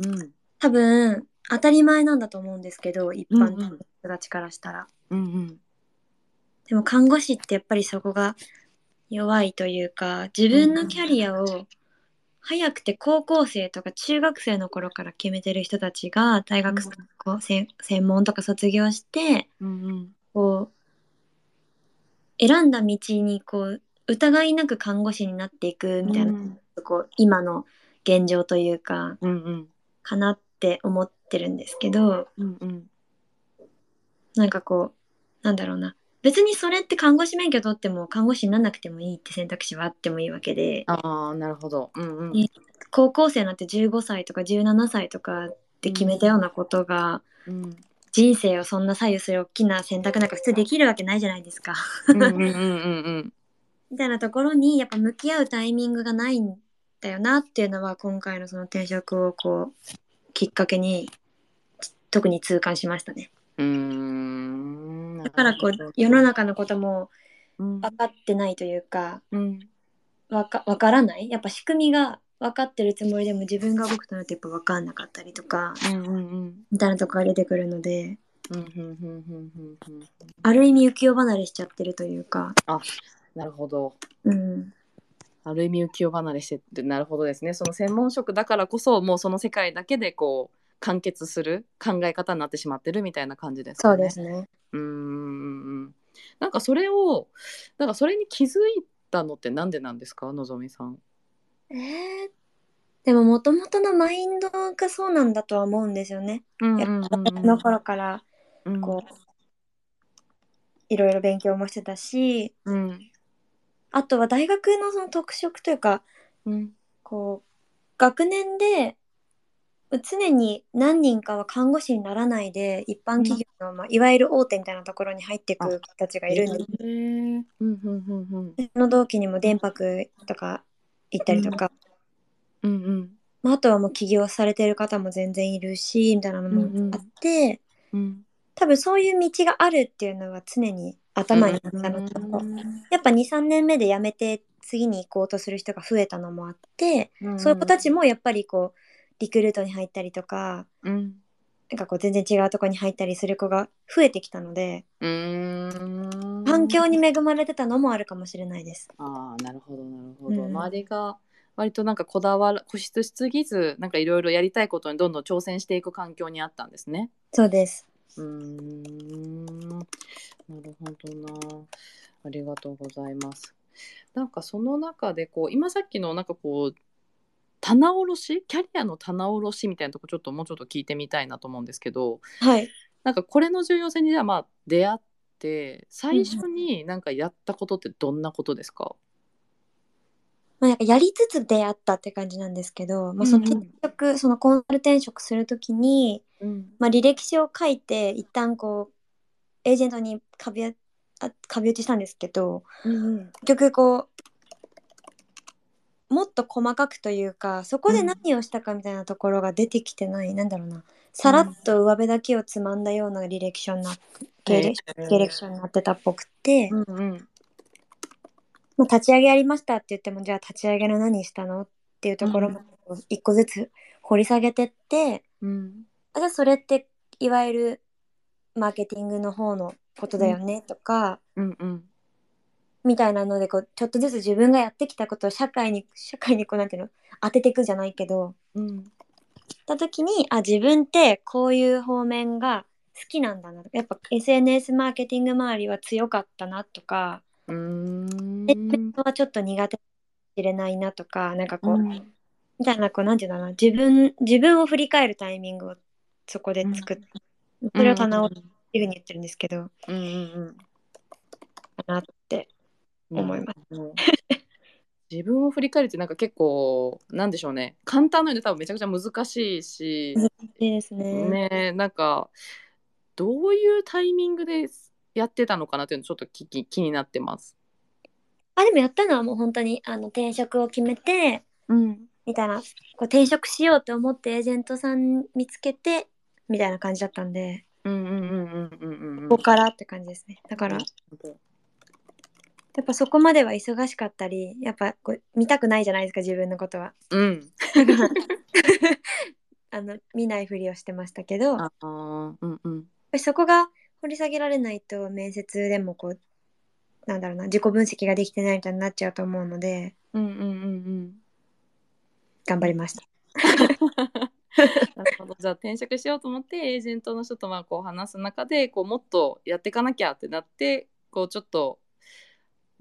ううん、多分当たり前なんだと思うんですけど一般うんうんの人たちからしたら、うんうんでも看護師ってやっぱりそこが弱いというか自分のキャリアを早くて高校生とか中学生の頃から決めてる人たちが大学、うんこう専専門とか卒業してうんうんこう選んだ道にこう疑いなく看護師になっていくみたいな、うんこう今の現状というかうんうんかなって思ってるんですけどうんうんなんかこうなんだろうな別にそれって看護師免許取っても看護師にならなくてもいいって選択肢はあってもいいわけでああなるほどうんうんね高校生になって15歳とか17歳とかって決めたようなことが、うんうん人生をそんな左右する大きな選択なんか普通できるわけないじゃないですか。うんうんうんみたいなところにやっぱ向き合うタイミングがないんだよなっていうのは今回のその転職をこうきっかけにつ特に痛感しましたね。うんうーんだからこう世の中のこともうん分かってないというかうん分か分からないやっぱ仕組みが分かってるつもりでも自分が動くとなるとやっぱ分かんなかったりとかうんうんうんみたいなとこが出てくるのでうんうんうんうんうんうんある意味浮世離れしちゃってるというか。なるほどうんある意味浮世離れしてってなるほどですねその専門職だからこそもうその世界だけでこう完結する考え方になってしまってるみたいな感じですそかうでね。すね。うーんなんかそれをなんかそれに気づいたのってなんでなんですかのぞみさん。えー、でももともとのマインドがそうなんだとは思うんですよね。うんうやっんぱあの頃からうんこう、いろいろ勉強もしてたしうんあとは大学のその特色というかうんこう学年で常に何人かは看護師にならないで一般企業の、まあ、いわゆる大手みたいなところに入っていく人たちがいるんでへーうんうんうんうんその同期にも電泊とか行ったりとか、うんうんまあ、あとはもう起業されてる方も全然いるしみたいなのもあって。うん多分そういう道があるっていうのは常に頭にあったのと、やっぱ23年目で辞めて次に行こうとする人が増えたのもあって、うんそういう子たちもやっぱりこうリクルートに入ったりとかうんなんかこう全然違うとこに入ったりする子が増えてきたのでうーん環境に恵まれてたのもあるかもしれないです。ああなるほどなるほど、うん周りが割となんかこだわら固執しすぎずなんかいろいろやりたいことにどんどん挑戦していく環境にあったんですね。そうです。うーんなるほどなありがとうございます。なんかその中でこう今さっきのなんかこう棚卸しキャリアの棚卸しみたいなとこちょっともうちょっと聞いてみたいなと思うんですけど、はい。なんかこれの重要性にじゃあまあ出会って最初になんかやったことってどんなことですか、まあ、なんかやりつつ出会ったって感じなんですけど、まあ、そのうんうん転職、そのコンサル転職するときにうんまあ、履歴書を書いて一旦こうエージェントに壁あ壁打ちしたんですけどうん結局こうもっと細かくというかそこで何をしたかみたいなところが出てきてない、なんだろうなさらっと上辺だけをつまんだような履歴書にな経歴経歴書になってたっぽくて、うんうんまあ、立ち上げやりましたって言ってもじゃあ立ち上げの何したのっていうところも一個ずつ掘り下げてって、うんあじゃあそれっていわゆるマーケティングの方のことだよねとか、うんうんみたいなのでこうちょっとずつ自分がやってきたことを社会に社会にこうなんていうの当てていくじゃないけどうんた時にあ自分ってこういう方面が好きなんだなやっぱ SNS マーケティング周りは強かったなとか、うーんはちょっと苦手かもしれないなとかなんかこう、うんみたいなこうなんていうんだろうな自分自分を振り返るタイミングをそこで作って、それを棚をっていうふうに言ってるんですけど。うんうんなってうん。思います自分を振り返るってなんか結構なんでしょうね簡単なので多分めちゃくちゃ難しいし、いいですね。ねなんかどういうタイミングでやってたのかなっていうのちょっと気気気になってます。あでもやったのはもう本当にあの転職を決めてうんみたいなこう転職しようと思ってエージェントさん見つけてみたいな感じだったんでうんうんうんうんうんうんうんここからって感じですね。だからやっぱそこまでは忙しかったりやっぱこう見たくないじゃないですか自分のことは。うん あの見ないふりをしてましたけどやっあーうんうんぱりそこが掘り下げられないと面接でもこうなんだろうな自己分析ができてないみたいになっちゃうと思うのでうんうんうんうん頑張りました。 なるほどじゃあ転職しようと思ってエージェントの人とまあこう話す中でこうもっとやっていかなきゃってなってこうちょっと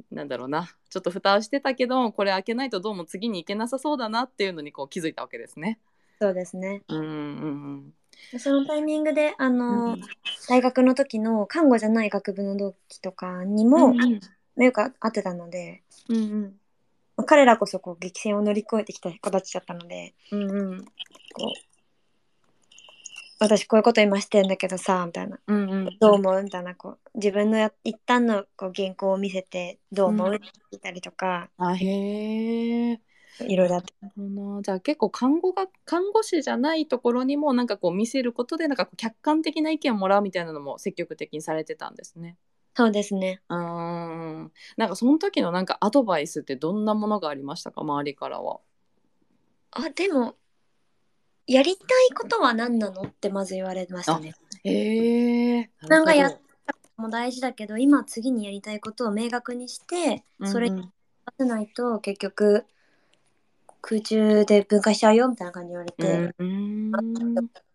なんだろうなちょっと蓋をしてたけどこれ開けないとどうも次に行けなさそうだなっていうのにこう気づいたわけですね。そうですね。うんうんそのタイミングで、あうんの、大学の時の看護じゃない学部の同期とかにうんも、うんうんまあよく会ってたので、うんまあ彼らこそこう激戦を乗り越えてきた子たちだったので、うんうんこう、私こういうこと今してんだけどさ、みたいな。うんうんどう思うみたいな、こう、自分のや一旦のこう原稿を見せて、どう思う、うんって聞いたりとか、あへえ。いろいろあって。なるほどなじゃあ結構看護が看護師じゃないところにもなんかこう見せることでなんかこう客観的な意見をもらうみたいなのも積極的にされてたんですね。そうですね。うーんなんかその時のなんかアドバイスってどんなものがありましたか周りからは。あ、でも、やりたいことは何なのってまず言われましたね。へえ。なんかやるほもう大事だけど今次にやりたいことを明確にしてどそれうにんうん合わせないと結局空中で分解しちゃうよみたいな感じで言われて、うんだ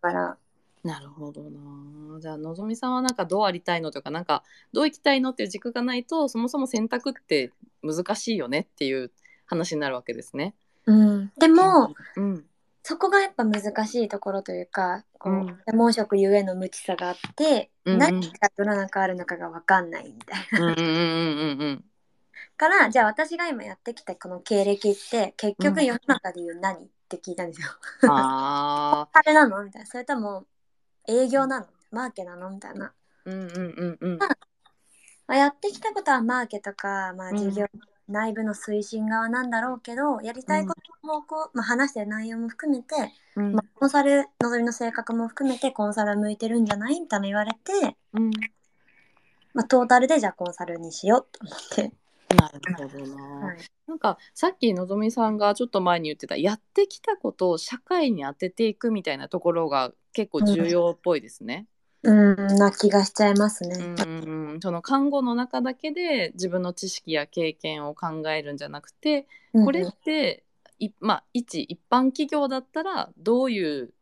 からなるほどな。じゃあのぞみさんはなんかどうありたいのというかなんかどう生きたいのっていう軸がないとそもそも選択って難しいよねっていう話になるわけですね。うん、でも、うん、そこがやっぱ難しいところというかこう、うん専門職ゆえの無知さがあって、うんうん何が世の中あるのかが分かんないみたいな。うんうんうんうんからじゃあ私が今やってきたこの経歴って結う局ん世の中で言う何、って聞いたんですよ。うん。 ああ。あれなのみたいなそれとも営業なのマーケなのみたいな。うんうんうんうん。まあ、やってきたことはマーケとか、まあ、うん事業内部の推進側なんだろうけど、やりたいこともこう、まあ、話してる内容も含めて、うんまあ、コンサルのぞみの性格も含めてコンサル向いてるんじゃないみたいな言われて、うん。まあ、トータルでじゃあコンサルにしようと思って、なるほどな。はい、なんかさっきのぞみさんがちょっと前に言ってたやってきたことを社会に当てていくみたいなところが結構重要っぽいですね。うんな気がしちゃいますうねん。うんうんその看護の中だけで自分の知識や経験を考えるんじゃなくてこれうんっていまあ一一般企業だったらどういう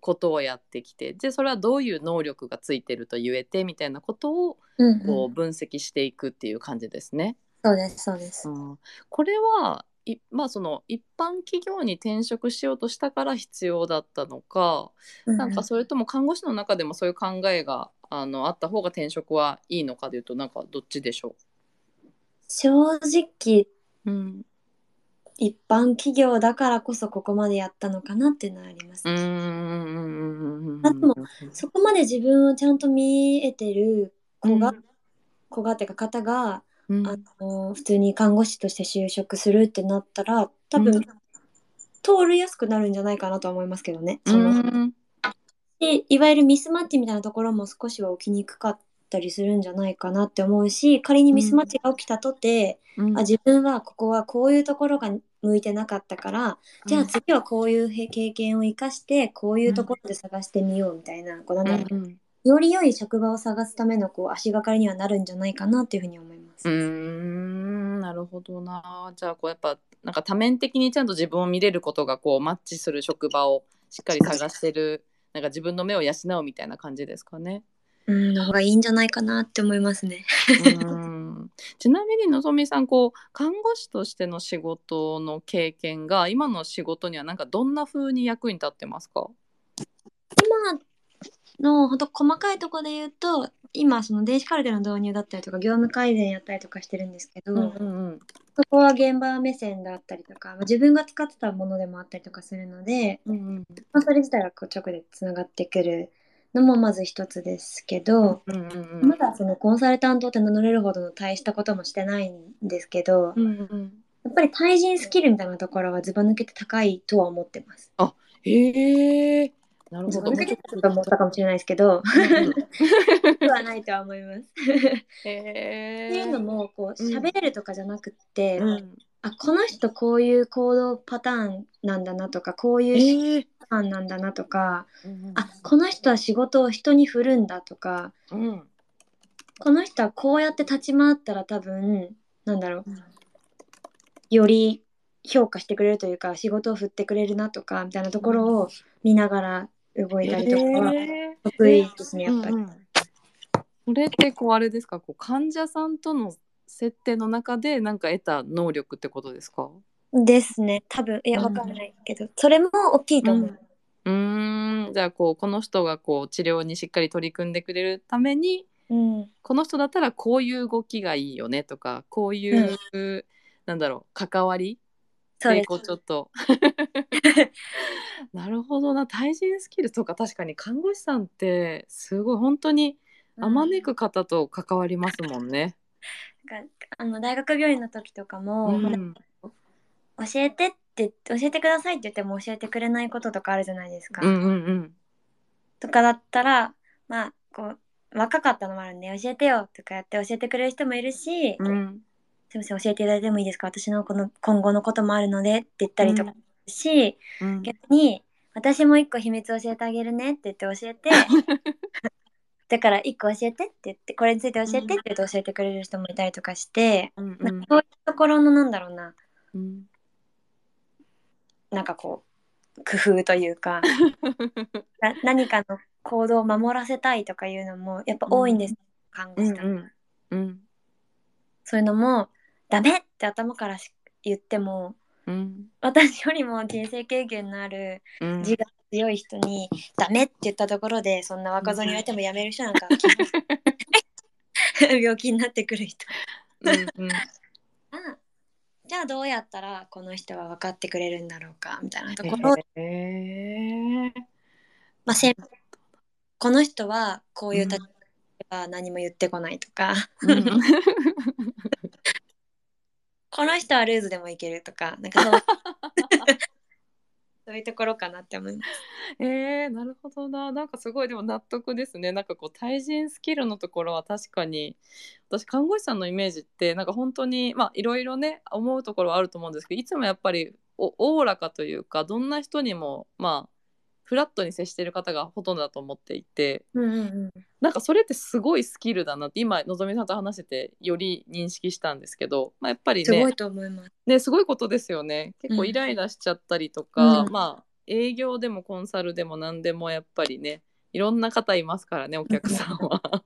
ことをやってきてでそれはどういう能力がついてると言えてみたいなことをうんこう、うん分析していくっていう感じですね。そうですそうです。うん、これはいまあその一般企業に転職しようとしたから必要だったのか、なんかそれとも看護師の中でもそういう考えがあのあった方が転職はいいのかでいうとなんかどっちでしょ正直う。うん、一般企業だからこそここまでやったのかなっていうのはありますうんね。うんうんうんうんあでもうんそこまで自分をちゃんと見えてる子が、うん子がっていうか方が、うんあの普通に看護師として就職するってなったら多分、うん通りやすくなるんじゃないかなとは思いますけどね。そのうんでいわゆるミスマッチみたいなところも少しは起きにくかったりするんじゃないかなって思うし仮にミスマッチが起きたとて、うんあ自分はここはこういうところが向いてなかったから、じゃあ次はこういうへ経験を生かしてこういうところで探してみようみたいな,、こうなんだろううんより良い職場を探すためのこう足がかりにはなるんじゃないかなというふうに思いまうす。ーんなるほどなじゃあこうやっぱなんか多面的にちゃんと自分を見れることがこうマッチする職場をしっかり探してるなんか自分の目を養うみたいな感じですかね。うん、の方がいいんじゃないかなって思いますね。うーんちなみにのぞみさんこう看護師としての仕事の経験が今の仕事にはなんかどんな風に役に立ってますか今のほんと細かいところで言うと今その電子カルテの導入だったりとか業務改善やったりとかしてるんですけど、うんそこは現場目線だったりとかまあ自分が使ってたものでもあったりとかするので、うんうんまあ、それ自体がこう直でつながってくるのもまず一つですけど、うんうんうんまだそのコンサルタントって名乗れるほどの大したこともしてないんですけど、うんうんやっぱり対人スキルみたいなところはずば抜けて高いとは思ってます。へえなるずほばど。抜けてちょっと思ったかもしれないですけど、うんうんではないとは思います。へっえていうのもこううん喋れるとかじゃなくって、うんあこの人こういう行動パターンなんだなとかこうえいうーパターンなんだなとか、うんあこの人は仕事を人に振るんだとかうんこの人はこうやって立ち回ったら多分なんだろううんより評価してくれるというか仕事を振ってくれるなとかみたいなところを見ながら動いたりとえか、ー得意ですねやっぱり。うんうんそれってこうあれですかこう患者さんとの設定の中でなんか得た能力ってことですかですね多分いやうんわかんないけど、それも大きいと思う、うーんじゃあこうこの人がこう治療にしっかり取り組んでくれるためにうんこの人だったらこういう動きがいいよねとかこういう、なんだろう関わりそうですこうちょっと なるほどな対人スキルとか確かに看護師さんってすごい本当にあまねく方と関わりますもんね。なんかあの大学病院の時とかうも、ん教えてって教えてくださいって言っても教えてくれないこととかあるじゃないですか、うんうんうんとかだったらまあこう若かったのもあるんで教えてよとかやって教えてくれる人もいるし、うんすみません教えていただいてもいいですか私のこの今後のこともあるのでって言ったりとかうし、うん逆に私も一個秘密教えてあげるねって言って教えてだから一個教えてって言ってこれについて教えてって言って教えてくれる人もいたりとかして、うんなんかそういうところのなんだろうなうんなんかこう工夫という かな何かの行動を守らせたいとかいうのもやっぱ多いんです、看護う師んさんってうんうんそういうのも「ダメ!」って頭からし言ってもうん私よりも人生経験のあるうん字が強い人に「ダメ!」って言ったところでそんな若造に言われてもやめる人なんか 病気になってくる人うんうんあじゃあどうやったらこの人は分かってくれるんだろうかみたいなところを、へえまあ、せんこの人はこういう立場は何も言ってこないとか、うんこの人はルーズでもいけるとかなん かそうそういうところかなって思います。えー、なるほどな。なんかすごいでも納得ですね。なんかこう対人スキルのところは確かに私看護師さんのイメージってなんか本当にまあいろいろね思うところはあると思うんですけどいつもやっぱりおおおらかというかどんな人にもまあフラットに接している方がほとんどだと思っていてうんうんなんかそれってすごいスキルだなって今のぞみさんと話しててより認識したんですけど、まあ、やっぱりねすごいと思います。ね、すごいことですよね。結構イライラしちゃったりとか、うんまあ営業でもコンサルでも何でもやっぱりね、いろんな方いますからね、お客さんは。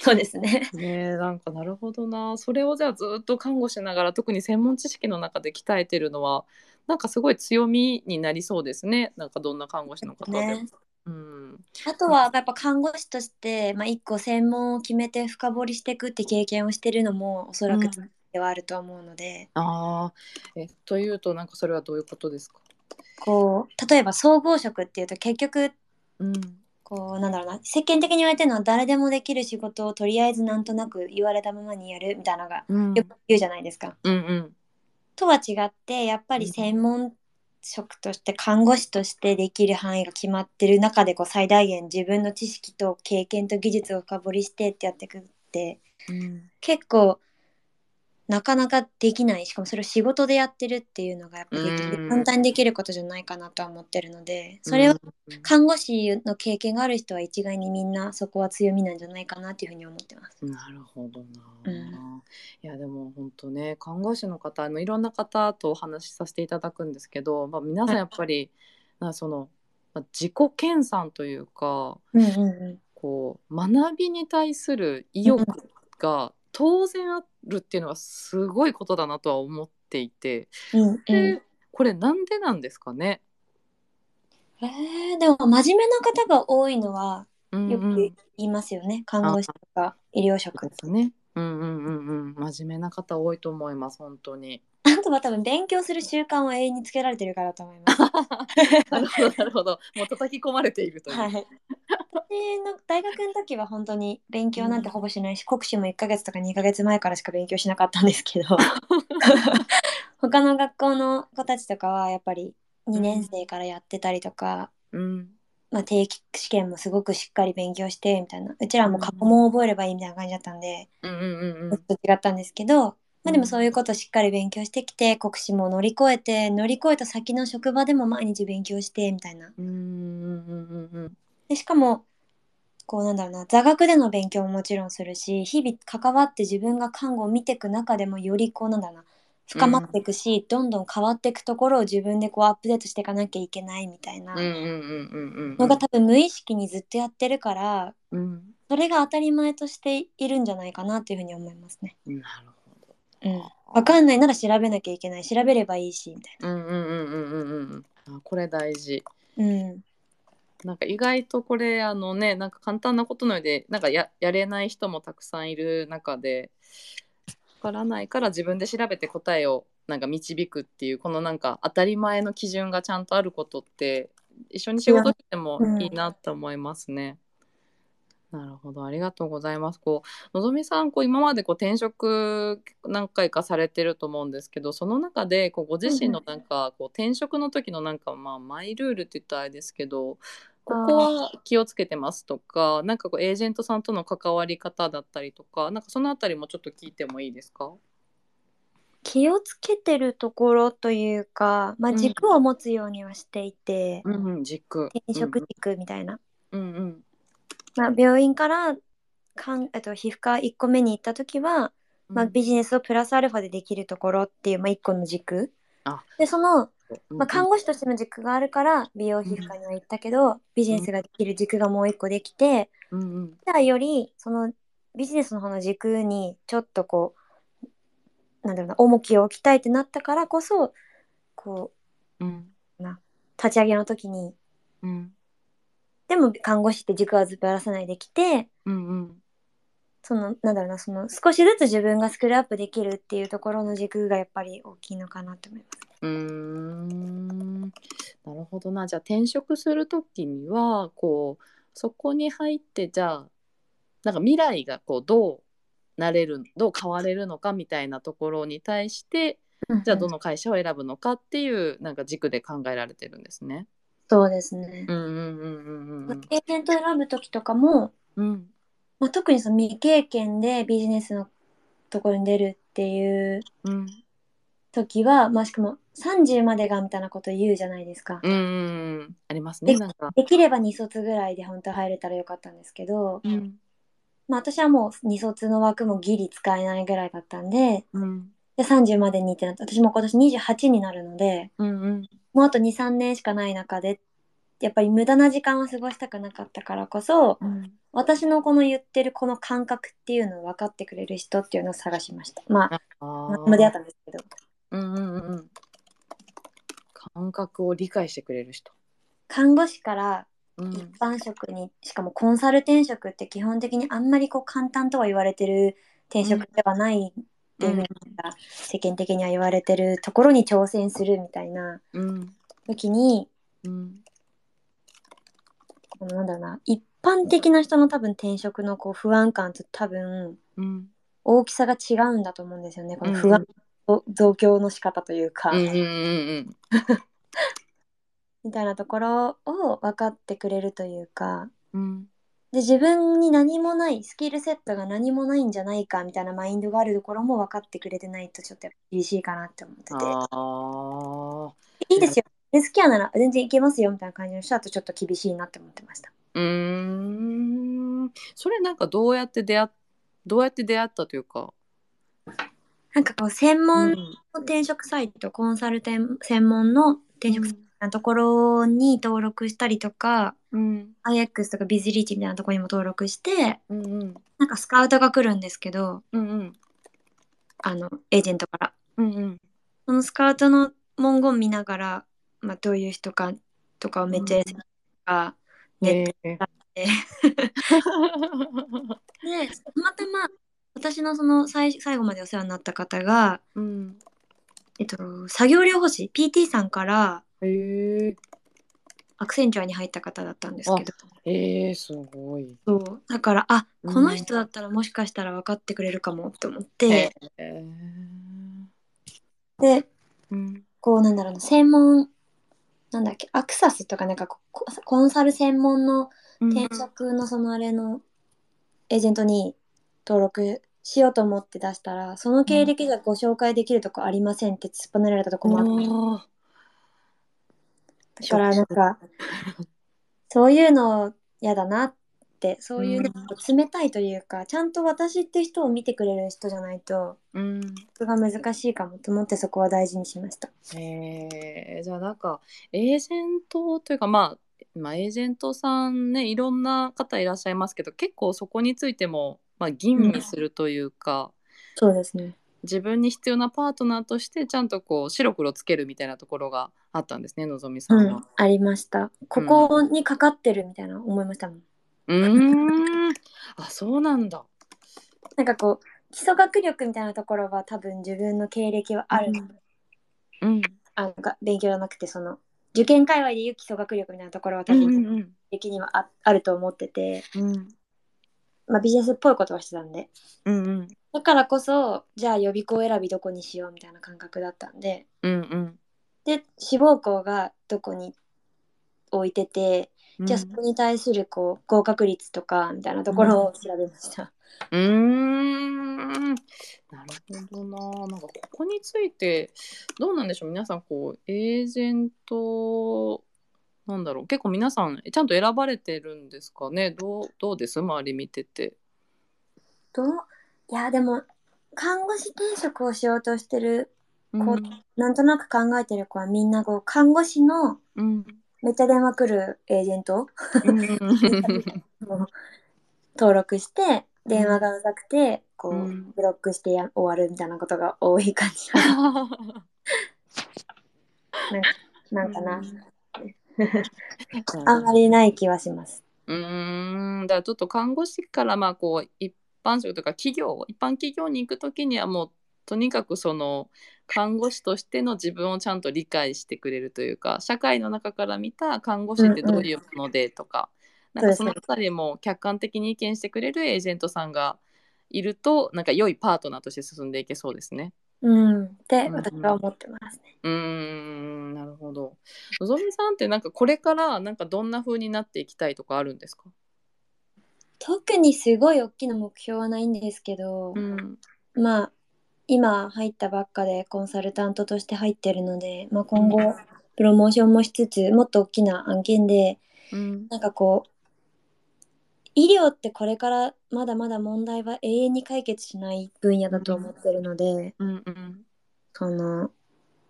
そうですね。ねえなんかなるほどな。それをじゃあずっと看護しながら、特に専門知識の中で鍛えてるのは、なんかすごい強みになりそうですね。なんかどんな看護師の方でも。ねうん。あとはやっぱ看護師として、まあ、一個専門を決めて深掘りしていくって経験をしてるのもおそらくうんではあると思うので、ああ、えというとなんかそれはどういうことですか。こう例えば総合職っていうと結局うん。こうなんだろうな世間的に言われてるのは誰でもできる仕事をとりあえずなんとなく言われたままにやるみたいなのがうん。よく言うじゃないですか。うんうん。とは違ってやっぱり専門職として看護師としてできる範囲が決まってる中でこう最大限自分の知識と経験と技術を深掘りしてってやっていくってうん。結構なかなかできないしかもそれを仕事でやってるっていうのがやっぱうんり簡単にできることじゃないかなとは思ってるのでそれをうん看護師の経験がある人は一概にみんなそこは強みなんじゃないかなっていうふうに思ってます。なるほどな、うんいやでも本当ね看護師の方あのいろんな方とお話しさせていただくんですけど、まあ、皆さんやっぱり、なその、まあ、自己研鑽というかうんうんうこう学びに対する意欲が当然あるっていうのはすごいことだなとは思っていて、んうんうんでこれなんでなんですかね、えー、でも真面目な方が多いのはうんうよくん言いますよね、看護師とか医療職そうあですねうんうんうんうん真面目な方多いと思います本当に。とは多分勉強する習慣を永遠につけられてるからだと 思います。なるほどなるほどもう叩き込まれているという。はい、私の大学の時は本当に勉強なんてほぼしないし、国試も1ヶ月とか2ヶ月前からしか勉強しなかったんです けど他の学校の子たちとかはやっぱり2年生からやってたりとか、うんまあ、定期試験もすごくしっかり勉強してみたいなうちらも過去問を覚えればいいみたいな感じだったんで、うんうんちょっと違ったんですけど、まあ、でうんもそういうことしっかり勉強してきて国試も乗り越えて乗り越えた先の職場でも毎日勉強してみたいなうんうんうんうんうんでしかもこうなんだろうな座学での勉強ももちろんするし日々関わって自分が看護を見ていく中でもよりこうなんだろうな深まっていくし、どんどん変わっていくところを自分でこうアップデートしていかなきゃいけないみたいなうんうんうんうんうのんが多分無意識にずっとやってるからうんそれが当たり前としているんじゃないかなっていうふうに思いますね。なるほどうん、わかんないなら調べなきゃいけない調べればいいしみたいうんうんうんうんうんうんあこれ大事な。うんなんか意外とこれあのねなんか簡単なことのようでなんかややれない人もたくさんいる中でわからないから自分で調べて答えをなんか導くっていうこのなんか当たり前の基準がちゃんとあることって一緒に仕事してもいいなって思いますね。なるほどありがとうございます。こうのぞみさんこう今までこう転職何回かされてると思うんですけどその中でこうご自身のなんかこう転職の時のなんかまあマイルールって言ったらあれですけどここは気をつけてますとか、なんかこうエージェントさんとの関わり方だったりとか、なんかそのあたりもちょっと聞いてもいいですか？気をつけてるところというか、まあ、うん軸を持つようにはしていて、うんうん、軸。転職軸みたいな、うんうんまあ、病院からかんえっと皮膚科1個目に行った時は、うん。まあ、ビジネスをプラスアルファでできるところっていう、まあ、1個の軸あでその、うんまあ、看護師としての軸があるから美容皮膚科には行ったけど、ビジネスができる軸がもう1個できてうんうんじゃあよりそのビジネスの方の軸にちょっとこうなんだろうな重きを置きたいってなったからこそこうんう立ち上げの時にうんでも看護師って軸はずっとばらさないできてうんうんそのなんだろうなその少しずつ自分がスクールアップできるっていうところの軸がやっぱり大きいのかなと思います。うーんなるほどな。じゃあ転職するときにはこうそこに入ってじゃあなんか未来がこうどうなれるどう変われるのかみたいなところに対してじゃあどのの会社を選ぶのかっていうなんか軸で考えられてるんですね。そうですね。うんうんうんうんうまあん経験と選ぶ時とかも、うんまあ、特にその未経験でビジネスのところに出るっていううん時は、まあ、しかも30までがみたいなこと言うじゃないですか。うんうんありますねなんか。できれば2卒ぐらいで本当は入れたらよかったんですけど、うんまあ、私はもう2卒の枠もギリ使えないぐらいだったんでうんで30までにってなって私も今年28になるので。うんうんもうあと23年しかない中でやっぱり無駄な時間は過ごしたくなかったからこそうん私のこの言ってるこの感覚っていうのを分かってくれる人っていうのを探しましたまああまであったんですけどーうんうんうん感覚を理解してくれる人。看護師からう一ん般職に、しかもコンサル転職って基本的にあんまりこう簡単とは言われてる転職ではないっていうふうに、世間的には言われてるところに挑戦するみたいなうん時にうんこのなんだろうな一般的な人の多分転職のこう不安感と多分うん大きさが違うんだと思うんですよねこのうん不安と増強の仕方というか、うんうんうんみたいなところを分かってくれるというかうんで自分に何もないスキルセットが何もないんじゃないかみたいなマインドがあるところも分かってくれてないとちょっとやっぱ厳しいかなって思ってああていいですよで好きやなら全然いけますよみたいな感じの人だとちょっと厳しいなって思ってましたうーんそれなんかどうやって出会っどうやって出会ったというか。なんかこう専門のん転職サイト、コンサルテン専門の転職サイトのところに登録したりとか、うん IX とかビズリーチみたいなところにも登録してうんうんなんかスカウトが来るんですけどうんうんあのエージェントからうんうんそのスカウトの文言見ながら、まあ、どういう人かとかをめっちうゃん SNS とかねで、でたまたま私のその最最後までお世話になった方が、うん。えっと、作業療法士 PT さんからへえ。アクセンチュアに入った方だったんですけどええすごい。そうだからあうんこの人だったらもしかしたら分かってくれるかもって思ってえ、え。でうんこうなんだろうな専門なんだっけアクサスとかなんかここコンサル専門の転職のそのあれのエージェントに登録しようと思って出したらその経歴じゃご紹介できるとこありませんって突っぱねられたとこもあっおーただからなんかそういうの嫌だなってそういうなんか冷たいというか、ちゃんと私って人を見てくれる人じゃないとうんそこが難しいかもと思ってそこは大事にしました。えー、じゃあなんかエージェントというかまあ、まあ、エージェントさんねいろんな方いらっしゃいますけど結構そこについても、まあ、吟味するというか、そうですね自分に必要なパートナーとしてちゃんとこう白黒つけるみたいなところがあったんですねのぞみさうんんは。、ありました。ここにかかってるみたいな思いましたもん。うーんあそうなんだ。なんかこう、基礎学力みたいなところは多分自分の経歴はある。うんうんあのが勉強じゃなくて、その、受験界隈でいう基礎学力みたいなところは多うんう分、ん的にはあ,、あると思ってて、うんまあビジネスっぽいことはしてたんで。うんうんだからこそ、じゃあ予備校選びどこにしようみたいな感覚だったんで、うんで、志望校がどこに置いてて、うんじゃあそこに対するこう合格率とかみたいなところを調べました。うーんなるほどな。なんかここについてどうなんでしょう。皆さんこうエージェントなんだろう。結構皆さんちゃんと選ばれてるんですかね。どうどうです周り見てて。どういやでも看護師転職をしようとしてるうこうんなんとなく考えてる子はみんなこう看護師のうんめっちゃ電話来るエージェントうんうんを登録して電話がうざくてこう、うんブロックしてや終わるみたいなことが多い感 じなんかな、あんまりない気はします。うーん、だからちょっと看護師からまあこう一般職とか企業、一般企業に行くときにはもうとにかくその看護師としての自分をちゃんと理解してくれるというか、社会の中から見た看護師ってどういうものでとか、うんなんかそのあたりも客観的に意見してくれるエージェントさんがいると、なんか良いパートナーとして進んでいけそうですね。うん、ってうん私は思ってますね。うーん、なるほど。のぞみさんってなんかこれからなんかどんな風になっていきたいとかあるんですか特にすごい大きな目標はないんですけど、うんまあ今入ったばっかでコンサルタントとして入ってるので、まあ、今後プロモーションもしつつもっと大きな案件でうんなんかこう医療ってこれからまだまだ問題は永遠に解決しない分野だと思ってるので、うんうんその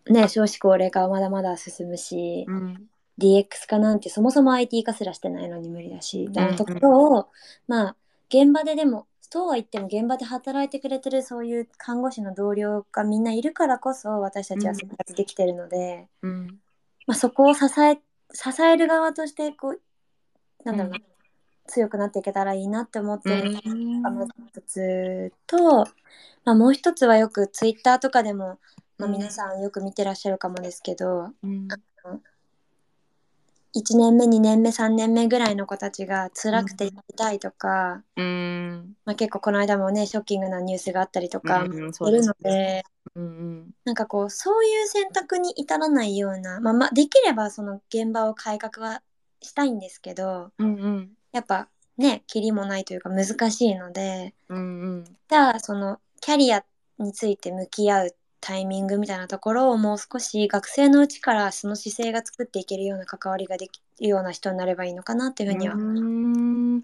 ね少子高齢化はまだまだ進むし、うん、 DX 化なんてそもそも IT 化すらしてないのに無理だしみたいなところを、まあ現場ででもそうは言っても現場で働いてくれてるそういう看護師の同僚がみんないるからこそ私たちは生活できてるので、うん、まあ、そこを支え支える側としてこうなんだろうな、うん強くなっていけたらいいなって思ってるのがまうず一つと、まあ、もう一つはよくツイッターとかでも、まあ、うん皆さんよく見てらっしゃるかもですけど、ん、 1年目2年目3年目ぐらいの子たちが辛くて痛いとか、うん、まあ、結構この間もねショッキングなニュースがあったりとかうん、するので、うん、なんかこうそういう選択に至らないような、まあ、まあできればその現場を改革はしたいんですけどうん、うん、やっぱねキリもないというか難しいのでうん、じゃあそのキャリアについて向き合うタイミングみたいなところをもう少し学生のうちからその姿勢が作っていけるような関わりができるような人になればいいのかなっていうふうにはうん、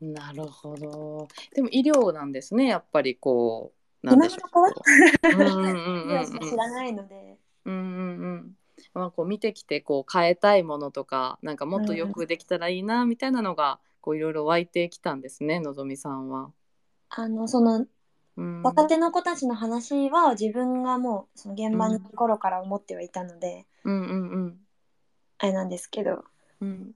なるほど。でも医療なんですね、やっぱりこう。なんでしょう今のとうんうんう医ん療しか知らないので、うんうんうんまあこう見てきてこう変えたいものとかなんかもっとよくできたらいいなみたいなのがこういろいろ湧いてきたんですねのぞみさんは。あのそのうん、若手の子たちの話は自分がもうその現場にいる頃から思ってはいたので、うんうんうんあれなんですけど、うん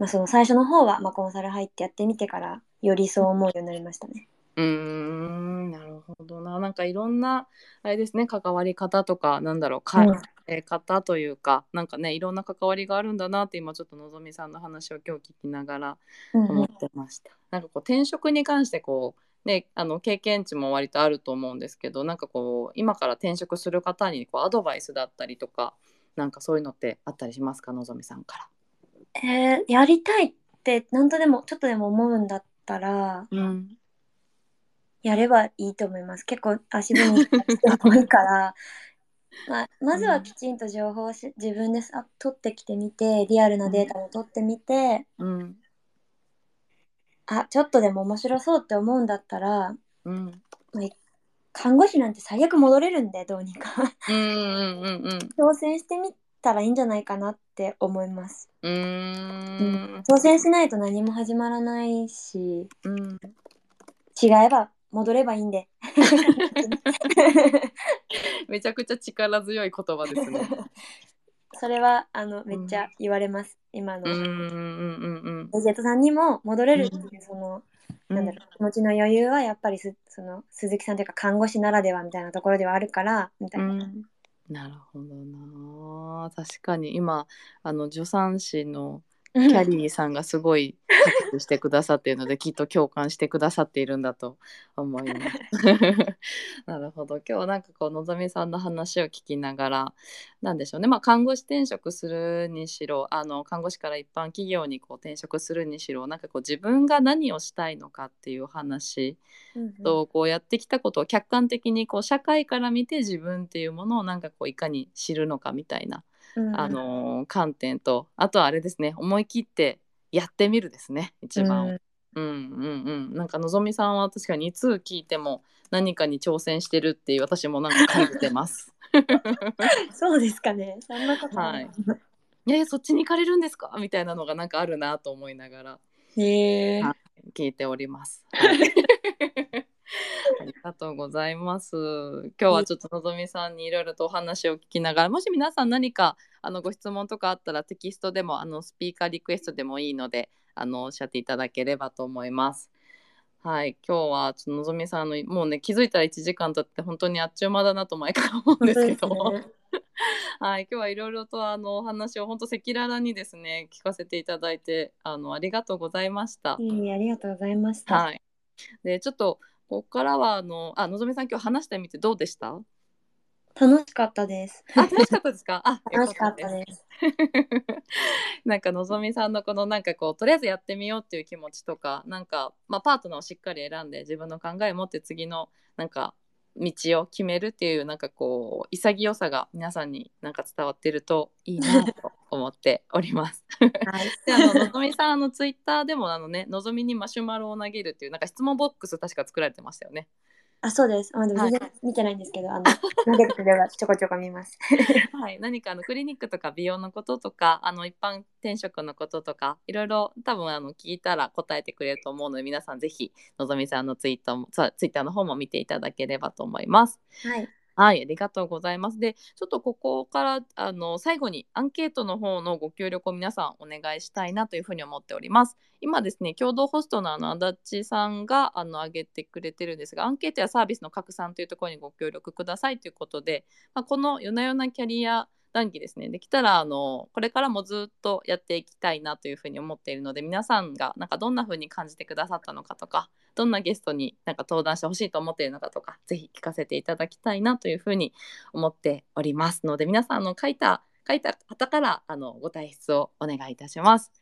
まあ、その最初の方は、まあ、コンサル入ってやってみてからよりそう思うようになりましたね。うーんなるほどな。なんかいろんなあれですね関わり方とかなんだろうか、うんえー方というかなんかねいろんな関わりがあるんだなって今ちょっとのぞみさんの話を今日聞きながらうん思ってました。なんかこう転職に関してこうねあの経験値も割とあると思うんですけどなんかこう今から転職する方にこうアドバイスだったりとかなんかそういうのってあったりしますかのぞみさんから。えーやりたいって何とでもちょっとでも思うんだったらうんやればいいと思います。結構足踏みが多いから、 まあ、まずはきちんと情報をし自分でさ取ってきてみてリアルなデータも取ってみて、うんあちょっとでも面白そうって思うんだったらうん。看護師なんて最悪戻れるんでどうにか うんうんうんうん。挑戦してみたらいいんじゃないかなって思いますうーん。挑戦しないと何も始まらないしうん。違えば戻ればいいんでめちゃくちゃ力強い言葉です ね。それはあのめっちゃ言われます、今のうんうんうんエージェントさんにも戻れるっていう、そのうん。なんだろう気持ちの余裕はやっぱりすその鈴木さんというか看護師ならではみたいなところではあるからみたいな、うんなるほどな確かに今あの助産師のキャリーさんがすごい拍手してくださっているのできっと共感してくださっているんだと思います。 なるほど今日はなんかこうのぞみさんの話を聞きながらなんでしょうね、まあ、看護師転職するにしろあの看護師から一般企業にこう転職するにしろなんかこう自分が何をしたいのかっていう話、うんとこうやってきたことを客観的にこう社会から見て自分っていうものをなんかこういかに知るのかみたいな、うんあのー観点とあとはあれですね思い切ってやってみるですね一番、ううんん、うんうんなんかのぞみさんは確かにいつ聞いても何かに挑戦してるっていう私もなんか感じてます。そうですかねそんなことはいいやいやそっちに行かれるんですかみたいなのがなんかあるなと思いながらへえは聞いており ます。はい、ありがとうございます。今日はちょっとのぞみさんにいろいろとお話を聞きながら、もし皆さん何かあのご質問とかあったらテキストでもあのスピーカーリクエストでもいいので、あのおっしゃっていただければと思います。はい、今日はちょっとのぞみさんのもうね気づいたら1時間経って本当にあっちゅう間だなと毎回思うんですけど。はい、今日はいろいろとあのお話を本当赤裸々にですね聞かせていただいてあのありがとうございました。いいありがとうございました、はい。で、ちょっと、ここからは、あの、あ、のぞみさん、今日話してみてどうで したあ、楽しかったです楽しかったですかあ、楽しかったですす。なんか、のぞみさんのこの、なんかこう、とりあえずやってみようっていう気持ちとか、なんか、まあ、パートナーをしっかり選んで、自分の考えを持って次の、なんか、道を決めるっていうなんかこう潔さが皆さんになんか伝わってるといいなと思っており ます。はいであののぞみさんあのツイッターでもあのねのぞみにマシュマロを投げるっていうなんか質問ボックス確か作られてましたよね。あそうですあでも全然見てないんですけど、あの投げてくれればちょこちょこ 見ますはい、何かあのクリニックとか美容のこととかあの一般転職のこととかいろいろ多分あの聞いたら答えてくれると思うので皆さんぜひのぞみさんのツイートもさツイッターの方も見ていただければと思います。はいはい、ありがとうございます。で、ちょっとここからあの最後にアンケートの方のご協力を皆さんお願いしたいなというふうに思っております。今ですね、共同ホストのあの足立さんがあの挙げてくれてるんですが、アンケートやサービスの拡散というところにご協力くださいということで、まあ、この夜な夜なキャリア談義ですね、できたらあのこれからもずっとやっていきたいなというふうに思っているので、皆さんがなんかどんなふうに感じてくださったのかとか、どんなゲストになんか登壇してほしいと思っているのかとかぜひ聞かせていただきたいなというふうに思っておりますので皆さんあの書いた書いた方からあのご退出をお願いいたします。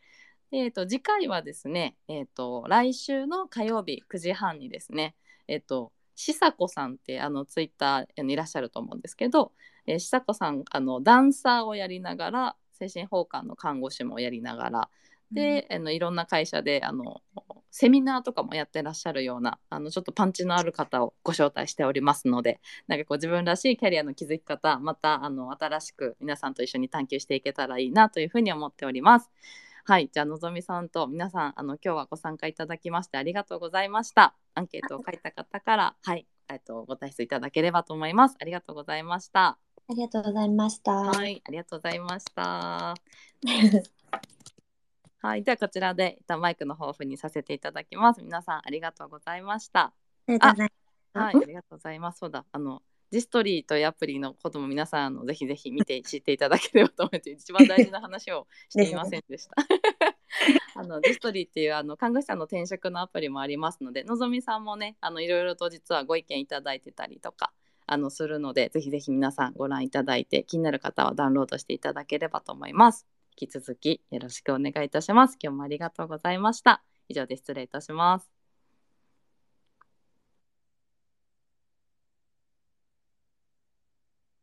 えー、と次回はですね、えー、と来週の火曜日9時半にですね、えー、としさこさんってあのツイッターにいらっしゃると思うんですけど、えー、しさこさんあのダンサーをやりながら精神包括の看護師もやりながらで、あのいろんな会社であのセミナーとかもやってらっしゃるようなあのちょっとパンチのある方をご招待しておりますのでなんかこう自分らしいキャリアの築き方またあの新しく皆さんと一緒に探求していけたらいいなというふうに思っております。はいじゃあのぞみさんと皆さんあの今日はご参加いただきましてありがとうございました。アンケートを書いた方からはい、えっと、ご退出いただければと思います。ありがとうございました。ありがとうございました、はいありがとうございました。はい、ではこちらで一旦マイクの抱負にさせていただきます。皆さんありがとうございました。ありがとうございまはい、ありがとうございます。そうだ、あの、ジストリーというアプリのことも皆さん、あの、ぜひぜひ見て、知っていただければと思って、一番大事な話をしていませんでした。あのジストリーっていうあの看護師さんの転職のアプリもありますのでのぞみさんもねあのいろいろと実はご意見いただいてたりとかあのするのでぜひぜひ皆さんご覧いただいて気になる方はダウンロードしていただければと思います引き続きよろしくお願いいたします今日もありがとうございました以上で失礼いたします